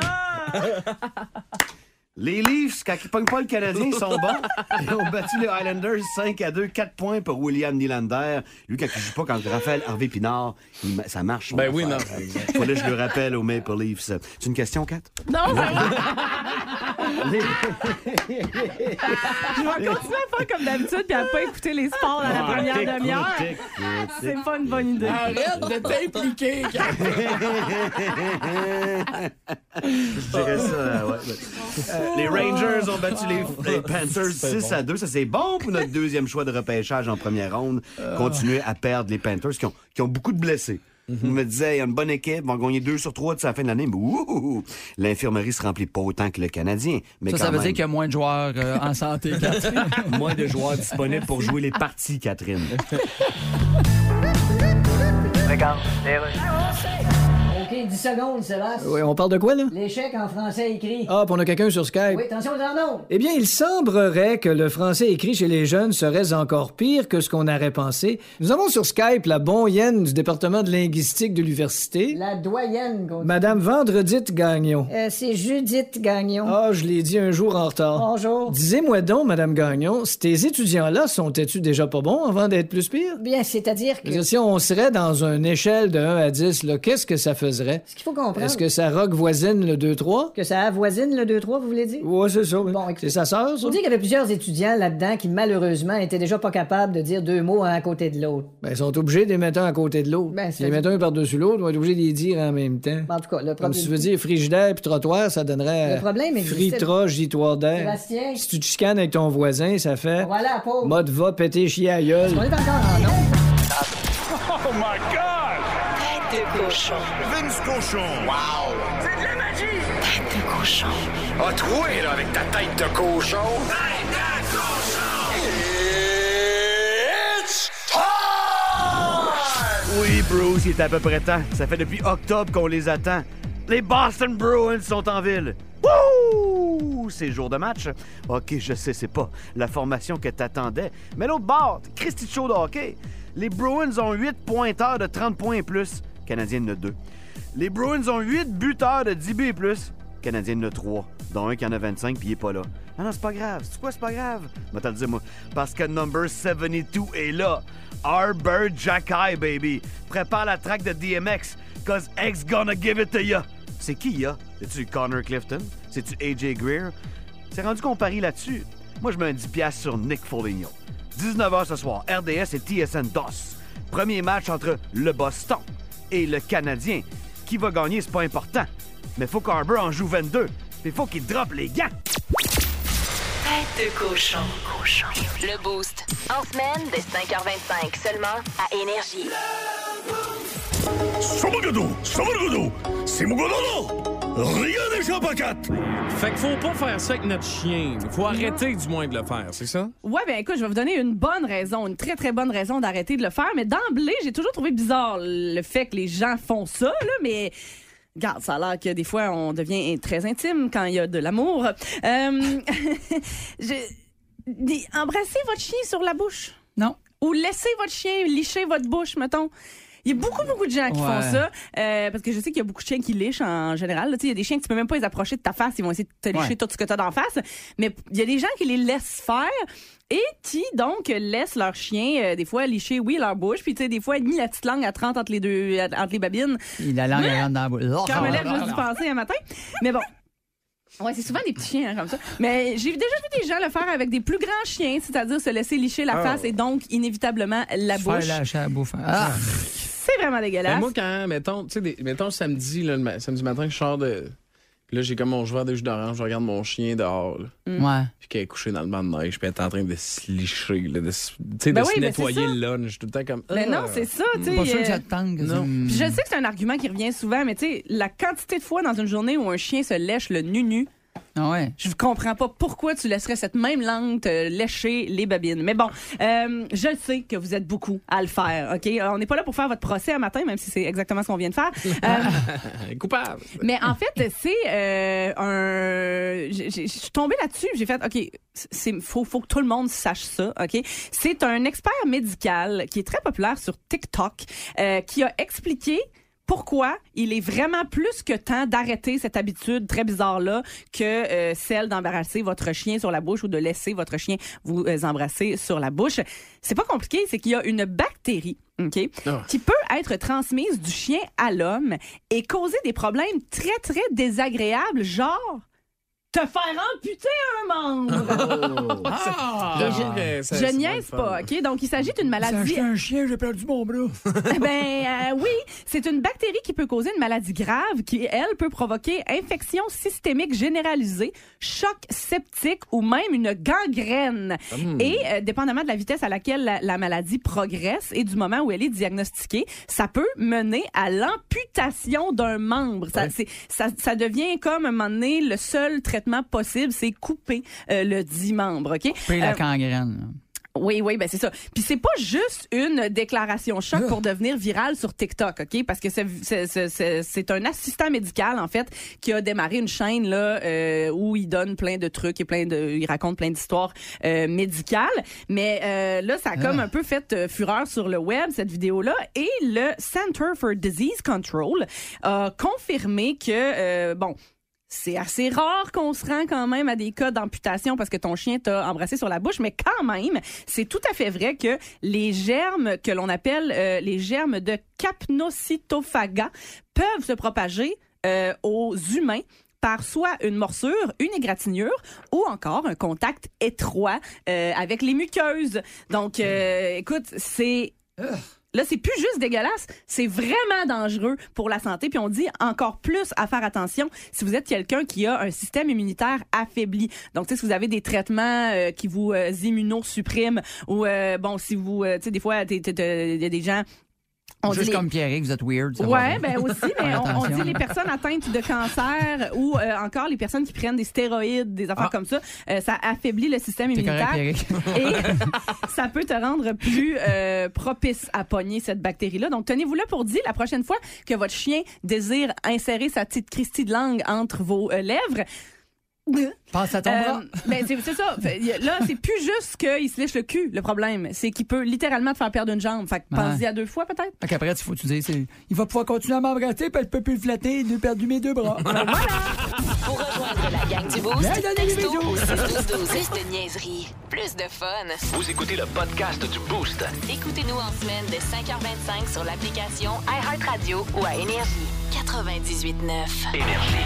[SPEAKER 6] Les Leafs, quand ils pognent pas le Canadien, ils sont bons. Ils ont battu les Highlanders 5 à 2, 4 points pour William Nylander. Lui, quand il joue pas contre Raphaël Harvey Pinard, il ma- ça marche. son
[SPEAKER 3] Ben oui,
[SPEAKER 6] affaire. Fallait que je le rappelle aux Maple Leafs. C'est une question, Kat?
[SPEAKER 5] Non, vraiment,
[SPEAKER 6] Les-
[SPEAKER 5] je vais continuer à faire comme d'habitude puis à pas écouter les sports dans la première
[SPEAKER 6] Ah,
[SPEAKER 5] demi-heure. C'est pas une bonne idée.
[SPEAKER 4] Arrête de t'impliquer.
[SPEAKER 6] Je dirais ça, euh, ouais. Euh, les Rangers ont battu les, les Panthers 6 à 2. Ça, c'est bon pour notre deuxième choix de repêchage en première ronde. Continuer à perdre les Panthers qui ont, qui ont beaucoup de blessés. On me disait, il y a une bonne équipe, vont gagner 2 sur 3 de sa fin de l'année. Mais ouh, l'infirmerie se remplit pas autant que le Canadien. Mais
[SPEAKER 4] Ça,
[SPEAKER 6] quand
[SPEAKER 4] ça veut
[SPEAKER 6] même,
[SPEAKER 4] dire qu'il y a moins de joueurs euh, en santé.
[SPEAKER 6] moins de joueurs disponibles pour jouer les parties, Catherine.
[SPEAKER 9] OK, 10 secondes, Sébastien.
[SPEAKER 8] Oui, on parle de quoi, là?
[SPEAKER 9] L'échec en français écrit.
[SPEAKER 8] Ah, puis on a quelqu'un sur Skype.
[SPEAKER 9] Oui, attention aux arnaud.
[SPEAKER 8] Eh bien, il semblerait que le français écrit chez les jeunes serait encore pire que ce qu'on aurait pensé. Nous avons sur Skype la bonne du département de linguistique de l'université,
[SPEAKER 9] La doyenne, qu'on dit.
[SPEAKER 8] Madame Vendredite Gagnon.
[SPEAKER 9] Euh, c'est Judith Gagnon.
[SPEAKER 8] Ah, je l'ai dit un jour en retard.
[SPEAKER 9] Bonjour.
[SPEAKER 8] Disez-moi donc, Madame Gagnon, ces étudiants-là sont-ils déjà pas bons avant d'être plus pires?
[SPEAKER 9] Bien, c'est-à-dire
[SPEAKER 8] Je
[SPEAKER 9] que
[SPEAKER 8] veux dire, si on serait dans une échelle de 1 à 10, là, qu'est-ce que ça ferait?
[SPEAKER 9] ce qu'il faut comprendre,
[SPEAKER 8] Est-ce
[SPEAKER 9] que...
[SPEAKER 8] que ça rock voisine le 2-3?
[SPEAKER 9] ça avoisine le 2-3, vous voulez dire?
[SPEAKER 8] Ouais, c'est ça. oui.
[SPEAKER 9] Bon, écoutez.
[SPEAKER 8] c'est sa sœur, ça?
[SPEAKER 9] On dit qu'il y avait plusieurs étudiants là-dedans qui, malheureusement, étaient déjà pas capables de dire deux mots un à côté de l'autre.
[SPEAKER 8] Ben, ils sont obligés de les mettre un à côté de l'autre.
[SPEAKER 9] Ben, c'est-
[SPEAKER 8] Ils les mettent un par-dessus l'autre, ils vont être obligés de les dire en même temps.
[SPEAKER 9] En tout cas, le
[SPEAKER 8] Comme
[SPEAKER 9] problème...
[SPEAKER 8] si tu veux dire frigidaire puis trottoir, ça donnerait
[SPEAKER 9] Le problème existait-
[SPEAKER 8] fritra, gitoire d'air.
[SPEAKER 9] Sébastien,
[SPEAKER 8] Si tu te chicanes avec ton voisin, ça fait
[SPEAKER 9] voilà, pauvre.
[SPEAKER 8] mode va péter chier à gueule.
[SPEAKER 9] On est encore en nombre.
[SPEAKER 1] Tête de cochon.
[SPEAKER 12] Vince Cochon.
[SPEAKER 1] Tête de cochon.
[SPEAKER 12] A troué, là, avec ta tête de cochon. Tête de cochon! It's time!
[SPEAKER 6] Oui, Bruce, il est à peu près temps. Ça fait depuis octobre qu'on les attend. Les Boston Bruins sont en ville. Wouh! C'est jour de match. OK, je sais, c'est pas la formation que t'attendais. Mais l'autre bord, Christy Show de hockey. Les Bruins ont 8 pointeurs de 30 points et plus. Canadiens en a 2. Les Bruins ont 8 buteurs de 10 buts et plus. Canadien en a 3, dont un qui en a 25 puis il est pas là. Ah non, c'est pas grave. C'est quoi, c'est pas grave? Va te le dire, moi. Parce que number 72 est là. Arbor Jacky, baby. Prépare la track de DMX, cause X gonna give it to ya. C'est qui, ya? C'est-tu Connor Clifton? C'est-tu AJ Greer? C'est rendu qu'on parie là-dessus. Moi, je mets un 10$ piastres sur Nick Foligno. 19h ce soir, RDS et TSN DOS. Premier match entre le Boston et le Canadien. Qui va gagner, c'est pas important. Mais faut qu'Arbor en joue 22. Il faut qu'il droppe les gants.
[SPEAKER 1] Tête de cochon. Le Boost. En semaine, dès 5h25, seulement à Énergie.
[SPEAKER 12] Sauvagadou, sauvagadou, c'est mon godono. Rien n'échappe à quatre.
[SPEAKER 3] Fait qu'il faut pas faire ça avec notre chien. Faut arrêter du moins de le faire, c'est ça?
[SPEAKER 5] Ouais, ben écoute, je vais vous donner une bonne raison, une très très bonne raison d'arrêter de le faire. Mais d'emblée, j'ai toujours trouvé bizarre le fait que les gens font ça, là, mais. Regarde, ça a l'air que des fois, on devient in- très intime quand il y a de l'amour. Euh, je- dis- Embrassez votre chien sur la bouche.
[SPEAKER 4] Non.
[SPEAKER 5] Ou laissez votre chien licher votre bouche, mettons. Il y a beaucoup, beaucoup de gens qui
[SPEAKER 4] Ouais.
[SPEAKER 5] font ça. euh, parce que je sais qu'il y a beaucoup de chiens qui lichent en général. là. Tu sais, Il y a des chiens que tu peux même pas les approcher de ta face. Ils vont essayer de te licher
[SPEAKER 4] Ouais.
[SPEAKER 5] tout ce que tu as d'en face. Mais il y a des gens qui les laissent faire et qui, donc, laissent leur chien, euh, des fois, licher, oui, leur bouche. Puis, tu sais, des fois, ni la petite langue à 30 entre les deux, euh, entre les babines.
[SPEAKER 4] Il a la langue elle rentre dans la bouche.
[SPEAKER 5] Quand me lève, j'ai dû penser un matin. Mais bon. Ouais, c'est souvent des petits chiens hein, comme ça. Mais j'ai déjà vu des gens le faire avec des plus grands chiens, c'est-à-dire se laisser licher la
[SPEAKER 4] Oh.
[SPEAKER 5] face et donc inévitablement la
[SPEAKER 4] Faire
[SPEAKER 5] bouche.
[SPEAKER 4] lâcher la bouffe.
[SPEAKER 3] Ah.
[SPEAKER 5] C'est vraiment dégueulasse.
[SPEAKER 3] Ben, moi, quand, mettons, tu sais, des- mettons samedi, là, le ma- samedi matin, je sors de. Puis là, j'ai comme mon joueur de jus d'orange, je regarde mon chien dehors. là.
[SPEAKER 5] Mm. Ouais.
[SPEAKER 3] Puis qu'elle est couchée dans le banc de neige, puis elle est en train de se licher, là, de, se- tu sais,
[SPEAKER 5] Ben
[SPEAKER 3] de
[SPEAKER 5] oui,
[SPEAKER 3] se
[SPEAKER 5] ben
[SPEAKER 3] nettoyer
[SPEAKER 5] c'est ça.
[SPEAKER 3] le lunch. Tout le temps comme.
[SPEAKER 5] Mais
[SPEAKER 3] Ah.
[SPEAKER 5] Ben non, c'est ça, tu sais.
[SPEAKER 4] euh, Pas sûr
[SPEAKER 5] euh,
[SPEAKER 4] que ça te tente. que
[SPEAKER 3] Non.
[SPEAKER 4] ça-
[SPEAKER 5] Puis je sais que c'est un argument qui revient souvent, mais tu sais, la quantité de fois dans une journée où un chien se lèche le nu-nu,
[SPEAKER 4] Ah ouais.
[SPEAKER 5] je comprends pas pourquoi tu laisserais cette même langue te lécher les babines. Mais bon, euh, je le sais que vous êtes beaucoup à le faire, OK? Euh, On n'est pas là pour faire votre procès à matin, même si c'est exactement ce qu'on vient de faire. Euh,
[SPEAKER 3] Coupable.
[SPEAKER 5] mais en fait, c'est euh, un. j'ai- j'ai- Je suis tombée là-dessus. J'ai fait, OK, c'est faut, faut que tout le monde sache ça, OK? C'est un expert médical qui est très populaire sur TikTok euh, qui a expliqué. Pourquoi il est vraiment plus que temps d'arrêter cette habitude très bizarre-là que euh, celle d'embarrasser votre chien sur la bouche ou de laisser votre chien vous euh, embrasser sur la bouche? C'est pas compliqué, c'est qu'il y a une bactérie OK,
[SPEAKER 13] Ah.
[SPEAKER 5] qui peut être transmise du chien à l'homme et causer des problèmes très, très désagréables, genre te faire amputer un membre.
[SPEAKER 3] Ah!
[SPEAKER 5] Et
[SPEAKER 3] J'avoue que ça-
[SPEAKER 5] je
[SPEAKER 3] c'est
[SPEAKER 5] je
[SPEAKER 3] moins le
[SPEAKER 5] niaise
[SPEAKER 3] fun.
[SPEAKER 5] pas, OK? Donc, il s'agit d'une
[SPEAKER 10] J'ai
[SPEAKER 5] maladie
[SPEAKER 10] acheté un chien, j'ai perdu mon bras.
[SPEAKER 5] ben euh, oui, c'est une bactérie qui peut causer une maladie grave qui, elle, peut provoquer infection systémique généralisée, choc septique ou même une gangrène.
[SPEAKER 13] Hmm.
[SPEAKER 5] Et euh, dépendamment de la vitesse à laquelle la, la maladie progresse et du moment où elle est diagnostiquée, ça peut mener à l'amputation d'un membre. Ça, c'est- ça, ça devient comme, à un moment donné, le seul traitement possible, c'est couper euh, le dit membre. OK?
[SPEAKER 4] Couper la
[SPEAKER 5] Euh,
[SPEAKER 4] gangrène.
[SPEAKER 5] oui, oui, ben c'est ça. Puis c'est pas juste une déclaration choc pour devenir virale sur TikTok, OK? Parce que c'est- c'est- c'est c'est- c'est un assistant médical, en fait, qui a démarré une chaîne là euh, où il donne plein de trucs et plein de... Il raconte plein d'histoires euh, médicales. Mais euh, là, ça a comme
[SPEAKER 13] Ah.
[SPEAKER 5] un peu fait euh, fureur sur le web, cette vidéo-là. Et le Center for Disease Control a confirmé que, euh, bon... C'est assez rare qu'on se rend quand même à des cas d'amputation parce que ton chien t'a embrassé sur la bouche, mais quand même, c'est tout à fait vrai que les germes que l'on appelle euh, les germes de capnocytophaga peuvent se propager euh, aux humains par soit une morsure, une égratignure ou encore un contact étroit euh, avec les muqueuses. Donc, euh, écoute, c'est... Là, c'est plus juste dégueulasse, c'est vraiment dangereux pour la santé. Puis on dit encore plus à faire attention si vous êtes quelqu'un qui a un système immunitaire affaibli. Donc, tu sais, si vous avez des traitements euh, qui vous euh, immunosuppriment ou, euh, bon, si vous, euh, tu sais, des fois, t'es- t'es- t'es- il y a des gens... on dit
[SPEAKER 4] Juste
[SPEAKER 5] les-
[SPEAKER 4] comme Pierre, vous êtes weird. ça va
[SPEAKER 5] Ouais,
[SPEAKER 4] bien.
[SPEAKER 5] ben aussi, mais
[SPEAKER 4] Faire
[SPEAKER 5] on, on
[SPEAKER 4] attention.
[SPEAKER 5] dit les personnes atteintes de cancer ou euh, encore les personnes qui prennent des stéroïdes, des affaires comme ça, euh, ça affaiblit le système
[SPEAKER 4] Ah. T'es
[SPEAKER 5] immunitaire
[SPEAKER 4] correct,
[SPEAKER 5] et
[SPEAKER 4] Eric.
[SPEAKER 5] ça peut te rendre plus euh, propice à pogner cette bactérie-là. Donc tenez-vous là pour dire la prochaine fois que votre chien désire insérer sa petite Christie de langue entre vos euh, lèvres.
[SPEAKER 4] Pense à ton bras.
[SPEAKER 5] ben, c'est c'est ça. Fait, y a- Là, c'est plus juste qu'il se lèche le cul, le problème. C'est qu'il peut littéralement te faire perdre une jambe. Fait que
[SPEAKER 4] Ouais.
[SPEAKER 5] pense-y à deux fois, peut-être.
[SPEAKER 4] Fait qu'après, tu faut que tu dises, c'est- il va pouvoir continuer à m'embrasser, puis je peux plus le flatter, il a perdu mes deux bras.
[SPEAKER 1] Pour rejoindre la gang du Boost,
[SPEAKER 4] Bien, donnez-lui
[SPEAKER 1] texto
[SPEAKER 4] des
[SPEAKER 1] au
[SPEAKER 4] bisous.
[SPEAKER 1] 612 Plus de niaiserie, plus de fun.
[SPEAKER 2] Vous écoutez le podcast du Boost.
[SPEAKER 1] Écoutez-nous en semaine de 5h25 sur l'application iHeartRadio ou à Énergie. 98.9. Énergie.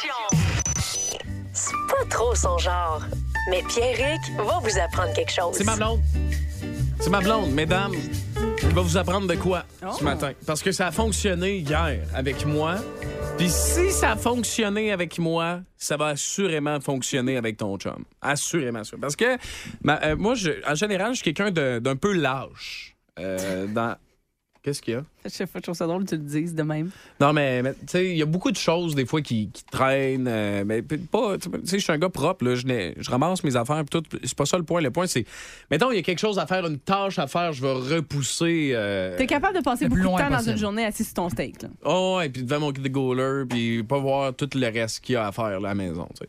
[SPEAKER 1] Attention, attention!
[SPEAKER 14] C'est pas trop son genre. Mais Pierrick va vous apprendre quelque chose.
[SPEAKER 3] C'est ma blonde. C'est ma blonde, mesdames. Je vais vous apprendre de quoi
[SPEAKER 14] Oh.
[SPEAKER 3] ce matin. Parce que ça a fonctionné hier avec moi. Puis si ça a fonctionné avec moi, ça va assurément fonctionner avec ton chum. Assurément, assurément. Parce que ma- euh, moi, je- en général, je suis quelqu'un de- d'un peu lâche. euh, dans... Qu'est-ce qu'il y a?
[SPEAKER 5] Je sais pas, je trouve ça drôle que tu le dises de même.
[SPEAKER 3] Non, mais, mais, tu sais, il y a beaucoup de choses, des fois, qui, qui traînent. euh, mais p- pas. Tu sais, je suis un gars propre, là. Je, n'ai- je ramasse mes affaires, pis tout. C'est pas ça le point. Le point, c'est. Mettons, il y a quelque chose à faire, une tâche à faire, je vais repousser. euh,
[SPEAKER 5] T'es capable de passer beaucoup de temps
[SPEAKER 3] loin
[SPEAKER 5] dans
[SPEAKER 3] possible.
[SPEAKER 5] une journée assis sur ton steak. Là.
[SPEAKER 3] Oh, et puis devant mon kit de goaler, puis pas voir tout le reste qu'il y a à faire là, à la maison. tu sais.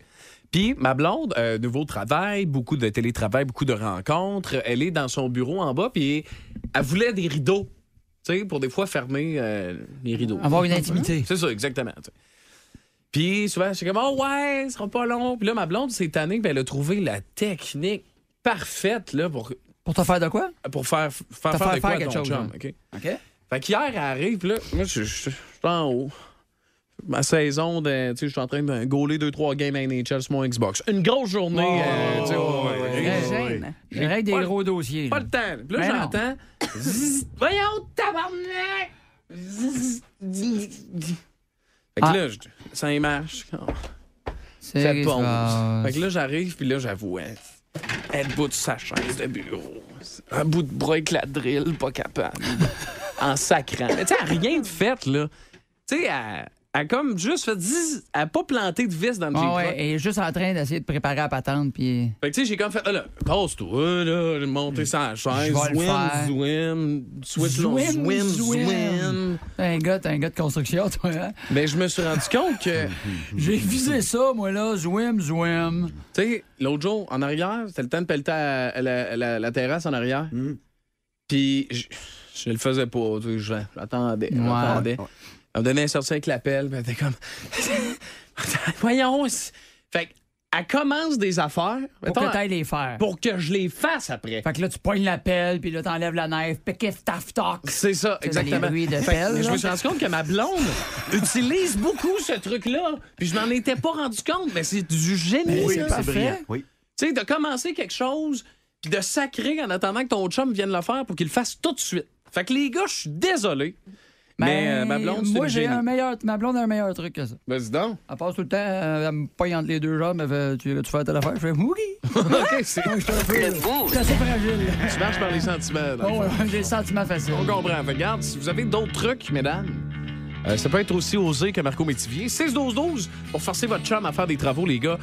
[SPEAKER 3] Puis ma blonde, euh, nouveau travail, beaucoup de télétravail, beaucoup de rencontres. Elle est dans son bureau en bas, puis elle voulait des rideaux, tu sais, pour des fois fermer euh, les rideaux.
[SPEAKER 10] Avoir une intimité.
[SPEAKER 3] C'est ça, exactement. tu sais. Puis souvent, je suis comme, oh ouais, ce sera pas long. Puis là, ma blonde, cette année, ben, elle a trouvé la technique parfaite là, pour.
[SPEAKER 10] Pour te faire de quoi?
[SPEAKER 3] Pour faire faire, faire
[SPEAKER 10] Te faire
[SPEAKER 3] de quoi
[SPEAKER 10] faire
[SPEAKER 3] à
[SPEAKER 10] quelque
[SPEAKER 3] ton
[SPEAKER 10] chose,
[SPEAKER 3] chum,
[SPEAKER 10] hein.
[SPEAKER 3] OK?
[SPEAKER 10] OK?
[SPEAKER 3] Fait qu'hier, elle arrive, puis là, moi, je je- je suis en haut. Ma saison, de, tu sais, je suis en train de gauler 2-3 games à NHL sur mon Xbox. Une grosse journée. euh, tu sais, ouais, ouais, ouais.
[SPEAKER 10] ouais, ouais.
[SPEAKER 3] J'ai-
[SPEAKER 10] Je règle des
[SPEAKER 3] pas-
[SPEAKER 10] gros dossiers.
[SPEAKER 3] Pas le temps. Puis là,
[SPEAKER 10] Ben non.
[SPEAKER 3] j'entends. Zzz, Voyons, tabarnak! Zzz, zzz, zzz. Fait que
[SPEAKER 10] Ah.
[SPEAKER 3] là, je, ça y marche. Oh.
[SPEAKER 10] C'est
[SPEAKER 3] Ça
[SPEAKER 10] qui se
[SPEAKER 3] tombe.
[SPEAKER 10] passe?
[SPEAKER 3] Fait que là, j'arrive, puis là, j'avoue, elle, elle bout de sa chaise de bureau. Un bout de bras avec la drill, pas capable. en sacrant. Mais tu sais, elle a rien de fait, là. Tu sais, elle, elle a comme juste fait... zzz, Elle a pas planté de vis dans le
[SPEAKER 10] Ah
[SPEAKER 3] G-Croc.
[SPEAKER 10] ouais, et juste en train d'essayer de préparer à patente, puis
[SPEAKER 3] Fait que tu sais, j'ai comme fait, Ah là, passe-toi, là, j'ai monté sa chaise,
[SPEAKER 10] Je vais le
[SPEAKER 3] swim,
[SPEAKER 10] faire.
[SPEAKER 3] swim, switch long, swim, swim.
[SPEAKER 10] T'es un gars, t'es un gars de construction, toi, hein?
[SPEAKER 3] Mais Ben, je me suis rendu compte que.
[SPEAKER 10] J'ai visé ça, moi, là, zwim, zwim.
[SPEAKER 3] Tu sais, l'autre jour, en arrière, c'était le temps de pelleter à- à la, à la- la terrasse en arrière.
[SPEAKER 6] Mm.
[SPEAKER 3] Puis je, je le faisais pas, tu sais, je- j'attendais, j'attendais. Elle me donnait un sorti avec la pelle, puis elle était comme. Voyons! c'est- Fait que, elle commence des affaires.
[SPEAKER 10] Pour
[SPEAKER 3] Mettons,
[SPEAKER 10] que t'ailles les faire.
[SPEAKER 3] Pour que je les fasse après.
[SPEAKER 10] Fait que là, tu pognes la pelle, puis là, t'enlèves la neige, piquif, taf, toc.
[SPEAKER 3] C'est ça,
[SPEAKER 10] C'est
[SPEAKER 3] exactement.
[SPEAKER 10] des bruits de
[SPEAKER 3] Fait que
[SPEAKER 10] pelle,
[SPEAKER 3] je
[SPEAKER 10] là.
[SPEAKER 3] me suis rendu compte que ma blonde utilise beaucoup ce truc-là. Puis je m'en étais pas rendu compte, mais c'est du génie.
[SPEAKER 6] Ben Oui,
[SPEAKER 3] là.
[SPEAKER 6] c'est brillant. Oui.
[SPEAKER 3] Tu sais, de commencer quelque chose, puis de sacrer en attendant que ton chum vienne le faire pour qu'il le fasse tout de suite. Fait que les gars, je suis désolé. mais
[SPEAKER 10] Ben,
[SPEAKER 3] euh, ma blonde, c'est
[SPEAKER 10] Moi,
[SPEAKER 3] du
[SPEAKER 10] j'ai
[SPEAKER 3] génie.
[SPEAKER 10] un meilleur. Ma blonde a un meilleur truc que ça.
[SPEAKER 3] Vas-y donc.
[SPEAKER 10] Elle passe tout le temps, euh, elle me pogne entre les deux jambes, elle fait Tu tu fais telle affaire Je fais Oui.
[SPEAKER 3] OK, c'est.
[SPEAKER 10] Le
[SPEAKER 1] boost.
[SPEAKER 10] C'est assez fragile.
[SPEAKER 3] Tu marches par les sentiments. dans le
[SPEAKER 10] Bon,
[SPEAKER 3] fond.
[SPEAKER 10] ouais, j'ai le sentiment facile.
[SPEAKER 3] On comprend. Fait que, Regarde, si vous avez d'autres trucs, mesdames, euh, ça peut être aussi osé que Marco Métivier. 6-12-12 pour forcer votre chum à faire des travaux, les gars.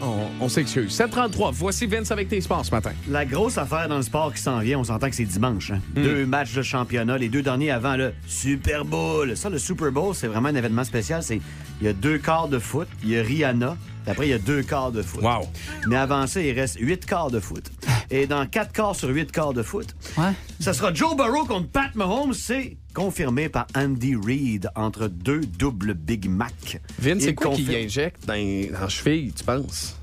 [SPEAKER 3] On, on s'excuse. 7-33, voici Vince avec tes sports ce matin.
[SPEAKER 6] La grosse affaire dans le sport qui s'en vient, on s'entend que c'est dimanche. hein.
[SPEAKER 3] Hmm.
[SPEAKER 6] Deux matchs de championnat, les deux derniers avant le Super Bowl. Ça, le Super Bowl, c'est vraiment un événement spécial. C'est Il y a deux quarts de foot, il y a Rihanna, puis après, il y a deux quarts de foot.
[SPEAKER 3] Wow.
[SPEAKER 6] Mais avant ça, il reste huit quarts de foot. Et dans quatre quarts sur huit quarts de foot, ça sera Joe Burrow contre Pat Mahomes. C'est confirmé par Andy Reid entre deux doubles Big Mac.
[SPEAKER 3] Vince, c'est
[SPEAKER 6] Il
[SPEAKER 3] quoi qu'il
[SPEAKER 6] confirme-
[SPEAKER 3] injecte dans, dans la cheville, tu penses?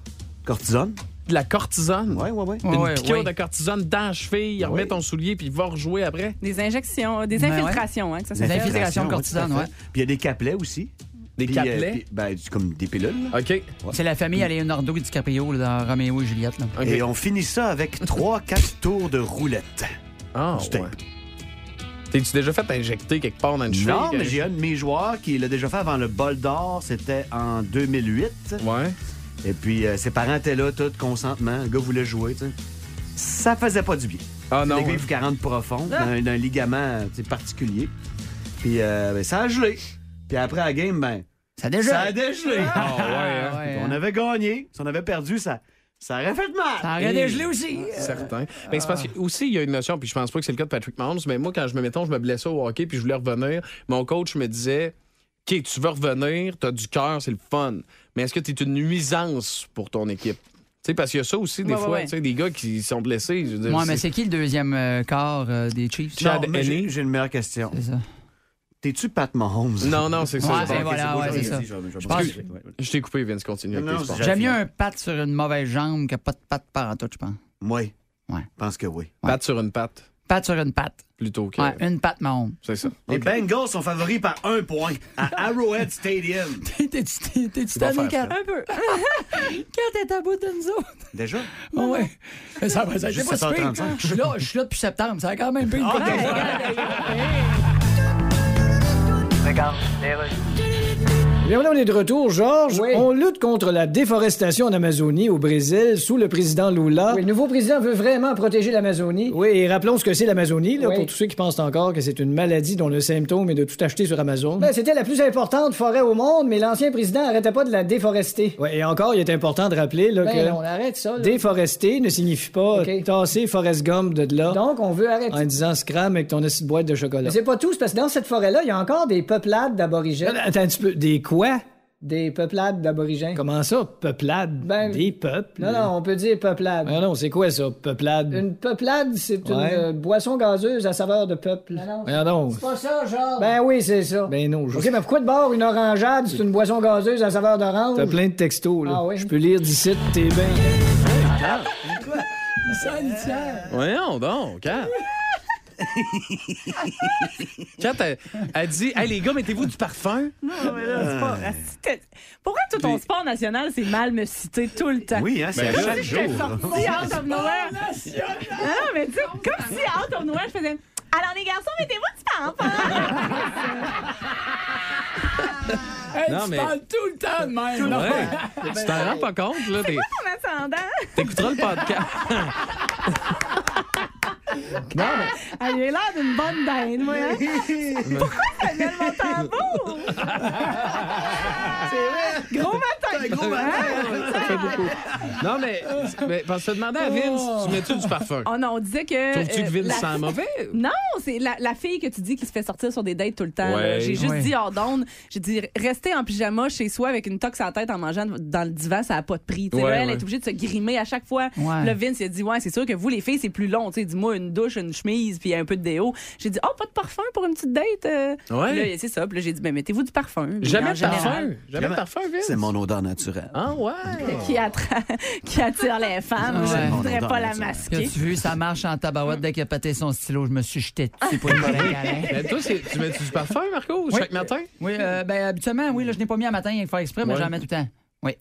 [SPEAKER 6] Cortisone?
[SPEAKER 3] De la cortisone?
[SPEAKER 6] Oui, oui, oui.
[SPEAKER 3] Une
[SPEAKER 10] Ouais,
[SPEAKER 3] piqûre
[SPEAKER 10] ouais.
[SPEAKER 3] de cortisone dans la cheville, il remet ton soulier puis il va rejouer après.
[SPEAKER 5] Des injections, des
[SPEAKER 10] Ben ouais.
[SPEAKER 5] infiltrations, hein, que ça
[SPEAKER 6] Des
[SPEAKER 5] s'appelle.
[SPEAKER 6] infiltrations,
[SPEAKER 10] de cortisone,
[SPEAKER 6] tout à
[SPEAKER 10] ouais.
[SPEAKER 6] fait. Puis il y a des capelets aussi.
[SPEAKER 3] Des
[SPEAKER 6] Puis, euh,
[SPEAKER 3] capelets? Ah,
[SPEAKER 6] puis- ben, c'est comme des pilules.
[SPEAKER 3] OK.
[SPEAKER 10] C'est la famille Leonardo et DiCaprio là, dans Roméo et Juliette. Là.
[SPEAKER 3] OK.
[SPEAKER 6] Et on finit ça avec 3-4 tours de roulette.
[SPEAKER 3] Ah,
[SPEAKER 6] Du
[SPEAKER 3] ouais.
[SPEAKER 6] tape.
[SPEAKER 3] T'es-tu déjà fait injecter quelque part dans une cheville?
[SPEAKER 6] Non, mais j'ai un de mes joueurs qui l'a déjà fait avant le bol d'or. C'était en 2008.
[SPEAKER 3] Ouais.
[SPEAKER 6] Et puis, euh, ses parents étaient là, tout consentement. Le gars voulait jouer, tu sais. Ça faisait pas du bien.
[SPEAKER 3] Ah non,
[SPEAKER 6] L'aiguille
[SPEAKER 3] hein.
[SPEAKER 6] 40 profonde, d'un, d'un ligament tu sais, particulier. Puis, euh, ben, ça a gelé. Puis après la game, ben.
[SPEAKER 10] Ça a dégelé.
[SPEAKER 6] Ça a dégelé.
[SPEAKER 3] Ah, ouais, hein.
[SPEAKER 10] Ouais,
[SPEAKER 6] On
[SPEAKER 10] hein.
[SPEAKER 6] avait gagné. Si on avait perdu, ça, ça aurait fait mal.
[SPEAKER 10] Ça aurait dégelé aussi.
[SPEAKER 3] Certain.
[SPEAKER 6] Ah.
[SPEAKER 3] Mais c'est parce que aussi, il y a une notion, puis je pense pas que c'est le cas de Patrick Mahomes, mais moi, quand je me mettons, je me blessais au hockey, puis je voulais revenir, mon coach me disait OK, tu veux revenir, t'as du cœur, c'est le fun, mais est-ce que t'es une nuisance pour ton équipe? Tu sais, parce qu'il y a ça aussi, des
[SPEAKER 5] Ouais, ouais,
[SPEAKER 3] fois,
[SPEAKER 5] ouais.
[SPEAKER 3] tu sais, des gars qui sont blessés. je veux dire,
[SPEAKER 10] Ouais, mais c'est qui le deuxième euh, quart euh, des Chiefs?
[SPEAKER 3] Non, Chad
[SPEAKER 6] Non, mais
[SPEAKER 3] Henne.
[SPEAKER 6] j'ai, j'ai une meilleure question.
[SPEAKER 10] C'est ça.
[SPEAKER 6] T'es-tu Pat Mahomes?
[SPEAKER 3] Non, non, c'est ça.
[SPEAKER 10] Ouais,
[SPEAKER 3] c'est-
[SPEAKER 10] et voilà, ouais, c'est ça.
[SPEAKER 6] Je
[SPEAKER 10] pense-
[SPEAKER 3] Je t'ai coupé, Vince, continue. avec
[SPEAKER 6] Non,
[SPEAKER 3] tes
[SPEAKER 6] non,
[SPEAKER 3] sports.
[SPEAKER 6] j'ai-
[SPEAKER 10] J'aime mieux un pat sur une mauvaise jambe que pas de pat pantoute, je pense.
[SPEAKER 6] Oui.
[SPEAKER 10] Ouais.
[SPEAKER 6] Je pense que oui.
[SPEAKER 3] Patte sur une patte,
[SPEAKER 10] Pat sur une patte.
[SPEAKER 3] plutôt que.
[SPEAKER 10] Ouais, une patte, mon
[SPEAKER 3] C'est ça.
[SPEAKER 6] Les Bengals sont favoris par un point à Arrowhead Stadium.
[SPEAKER 10] T'es-tu t'es-tu
[SPEAKER 3] vas
[SPEAKER 10] tanné,
[SPEAKER 3] faire
[SPEAKER 10] Kat? Un peu. Kat est à bout de nous autres.
[SPEAKER 6] Déjà?
[SPEAKER 10] Ouais, ouais. Mais Ça va, ça a été
[SPEAKER 6] Juste
[SPEAKER 10] pas si pire.
[SPEAKER 6] 7h35.
[SPEAKER 10] Je suis là, je suis là depuis septembre. Ça a quand même payé une
[SPEAKER 6] Ah,
[SPEAKER 10] coupe de
[SPEAKER 6] ouais.
[SPEAKER 10] fois.
[SPEAKER 8] Bien, on est de retour, Georges. On lutte contre la déforestation en Amazonie, au Brésil, sous le président Lula.
[SPEAKER 9] Oui, le nouveau président veut vraiment protéger l'Amazonie.
[SPEAKER 8] Oui, et rappelons ce que c'est l'Amazonie, là,
[SPEAKER 9] Oui.
[SPEAKER 8] pour tous ceux qui pensent encore que c'est une maladie dont le symptôme est de tout acheter sur Amazon.
[SPEAKER 9] Ben, c'était la plus importante forêt au monde, mais l'ancien président arrêtait pas de la déforester.
[SPEAKER 8] Ouais, et encore, il est important de rappeler là,
[SPEAKER 9] Ben
[SPEAKER 8] que
[SPEAKER 9] non, on arrête ça, là.
[SPEAKER 8] déforester ne signifie pas tasser Forrest Gump de là
[SPEAKER 9] Donc, on veut arrêter.
[SPEAKER 8] en disant scram avec ton petite boîte de chocolat.
[SPEAKER 9] Mais c'est pas tout, c'est parce que dans cette forêt-là, il y a encore des peuplades d'aborigènes.
[SPEAKER 8] Attends un petit peu, des quoi?
[SPEAKER 9] Des peuplades d'aborigènes. Ben,
[SPEAKER 8] Comment ça, peuplade? des peuples?
[SPEAKER 9] Non, non, on peut dire peuplade.
[SPEAKER 8] Ah non, c'est quoi ça, peuplade?
[SPEAKER 9] Une peuplade, c'est
[SPEAKER 8] Ouais.
[SPEAKER 9] une euh, boisson gazeuse à saveur de peuple.
[SPEAKER 8] Voyons donc.
[SPEAKER 9] pas ça, genre. Ben oui, c'est ça.
[SPEAKER 8] Ben non, je...
[SPEAKER 9] OK, mais pourquoi de bord une orangeade, c'est une boisson gazeuse à saveur d'orange?
[SPEAKER 8] T'as plein de textos, là.
[SPEAKER 9] Ah oui.
[SPEAKER 8] Je peux lire d'ici, t'es bien.
[SPEAKER 10] Sanitaire.
[SPEAKER 3] Voyons donc, Kat. Kat, elle, elle dit Hey, les gars, mettez-vous du parfum.
[SPEAKER 5] Non, mais là, c'est pas. Ah, si t'es- Pourquoi tout ton sport national, c'est mal me citer tout le temps?
[SPEAKER 6] Oui, hein, c'est
[SPEAKER 5] Comme
[SPEAKER 6] à chaque
[SPEAKER 5] si j'étais
[SPEAKER 6] jour.
[SPEAKER 5] sortie out of nowhere. Non, non, Ah, mais tu sais, comme si out of nowhere, je faisais. Alors, les garçons, mettez-vous du
[SPEAKER 10] Hey,
[SPEAKER 3] Non,
[SPEAKER 10] tu
[SPEAKER 3] mais-
[SPEAKER 10] parles tout le temps de même. non?
[SPEAKER 3] Ouais. Tu t'en rends pas compte, là. t'es-
[SPEAKER 5] pain en attendant.
[SPEAKER 3] T'écouteras le podcast.
[SPEAKER 5] Non, Elle Ah, a eu l'air d'une bonne dinde, moi. hein? Pourquoi ça vient mon tambour? C'est vrai. Gros matin.
[SPEAKER 3] gros matin, ouais, ça fait beaucoup. Non, mais, mais parce que je te demandais à Vince, tu mets-tu du parfum?
[SPEAKER 6] Euh,
[SPEAKER 5] Oh non, on disait que. euh,
[SPEAKER 3] Trouves-tu que Vince
[SPEAKER 5] la-
[SPEAKER 3] sent mauvais?
[SPEAKER 5] Non, c'est la, la fille que tu dis qui se fait sortir sur des dates tout le temps.
[SPEAKER 3] Ouais.
[SPEAKER 5] là. J'ai juste
[SPEAKER 3] Ouais.
[SPEAKER 5] dit hors d'onde. J'ai dit rester en pyjama chez soi avec une toque à la tête en mangeant dans le divan, ça n'a pas de prix. Tu sais,
[SPEAKER 3] Ouais,
[SPEAKER 5] là, elle
[SPEAKER 3] ouais.
[SPEAKER 5] est obligée de se grimer à chaque fois.
[SPEAKER 3] Ouais.
[SPEAKER 5] Le Vince il a dit Ouais, c'est sûr que vous, les filles, c'est plus long. Tu sais, dis-moi une douche, une chemise, puis un peu de déo. J'ai dit Oh, pas de parfum pour une petite date. euh.
[SPEAKER 6] Ouais.
[SPEAKER 5] Puis Là, c'est ça. Puis là, j'ai dit Ben, mettez-vous du parfum. Puis
[SPEAKER 6] Jamais
[SPEAKER 5] en
[SPEAKER 6] de parfum.
[SPEAKER 5] général-
[SPEAKER 6] Jamais de parfum, C'est mon odeur naturelle.
[SPEAKER 3] Ah ouais.
[SPEAKER 5] Qui, attra- qui attire les femmes.
[SPEAKER 4] Ouais.
[SPEAKER 5] Je ne voudrais pas la masquer.
[SPEAKER 4] As-tu vu, ça marche en tabarouette. Dès qu'il a pété son stylo, je me suis jeté dessus pour une bonne câlin.
[SPEAKER 3] Mais toi, c'est- tu mets-tu du parfum, Marco,
[SPEAKER 4] Oui.
[SPEAKER 3] chaque matin?
[SPEAKER 4] Oui, euh, ben habituellement, oui, là, je n'ai pas mis à matin, il faut faire exprès, mais
[SPEAKER 3] Ouais.
[SPEAKER 4] j'en mets tout le temps. Oui.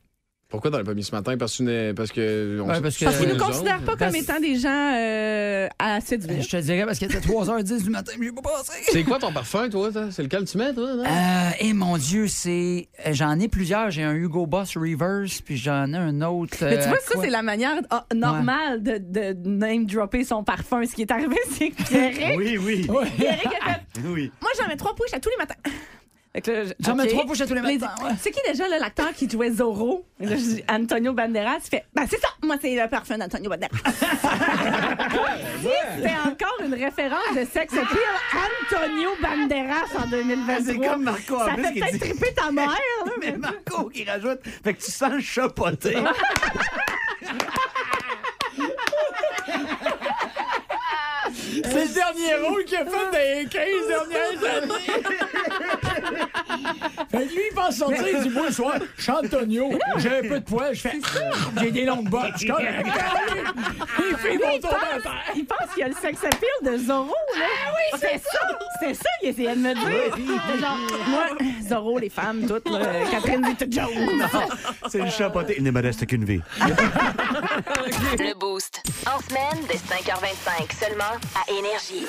[SPEAKER 3] Pourquoi t'en as pas mis ce matin? Parce que. tu n'es- Parce que.
[SPEAKER 4] Ouais, parce que-
[SPEAKER 5] Parce qu'ils
[SPEAKER 4] Euh,
[SPEAKER 5] nous considèrent pas
[SPEAKER 4] parce-
[SPEAKER 5] comme étant des gens euh, à séduire.
[SPEAKER 4] Je te dirais parce qu'il était 3h10 du matin, mais j'ai pas passé.
[SPEAKER 3] C'est quoi ton parfum, toi? ça? C'est lequel tu mets, toi?
[SPEAKER 10] Ah,
[SPEAKER 3] non?
[SPEAKER 4] Euh, eh mon Dieu, c'est. euh, J'en ai plusieurs. J'ai un Hugo Boss Reverse, puis j'en ai un autre.
[SPEAKER 5] Mais tu
[SPEAKER 4] euh,
[SPEAKER 5] vois,
[SPEAKER 4] à
[SPEAKER 5] ça,
[SPEAKER 4] quoi-
[SPEAKER 5] c'est la manière ah, normale de, de name-dropper son parfum. Ce qui est arrivé, c'est que Pierrick...
[SPEAKER 6] Oui, oui.
[SPEAKER 5] Pierrick a fait...
[SPEAKER 6] Oui.
[SPEAKER 5] Moi, j'en mets trois poches à tous les matins. Fait que là, je-
[SPEAKER 4] J'en mets
[SPEAKER 5] OK.
[SPEAKER 4] trois poches à tous les matins,
[SPEAKER 5] Là, il dit, C'est qui déjà là, l'acteur qui jouait Zorro? Et là, je dis, Antonio Banderas. Il fait, ben c'est ça, moi c'est le parfum d'Antonio Banderas. Comme si C'était encore une référence de sexe pire Antonio Banderas en 2023.
[SPEAKER 6] Ah, C'est comme Marco
[SPEAKER 5] Ben, Ça
[SPEAKER 6] Abril
[SPEAKER 5] fait
[SPEAKER 6] qui
[SPEAKER 5] peut-être
[SPEAKER 6] dit-
[SPEAKER 5] triper ta mère. là, mais-
[SPEAKER 6] Mais Marco qui rajoute. Fait que tu sens le chapoté.
[SPEAKER 10] C'est le dernier rôle qu'il a fait dans les 15 dernières années. Fait que lui, il pense sortir du bois soir. Je suis Antonio, j'ai un peu de poids, je fais. Ah, J'ai des longues bottes, je suis correct. Les filles
[SPEAKER 5] Lui,
[SPEAKER 10] vont
[SPEAKER 5] il
[SPEAKER 10] tourner
[SPEAKER 5] pense-
[SPEAKER 10] à terre.
[SPEAKER 5] Il pense qu'il y a le sex appeal de Zorro, là. Ah oui, c'est ça! C'est ça qu'il essayait de me dire. Genre, moi, Zorro, les femmes, toutes, là, euh, Catherine Zeta-Jones.
[SPEAKER 6] C'est le chapoté. Il ne me reste qu'une vie.
[SPEAKER 1] Le Boost. En semaine, dès 5h25, seulement à Énergie.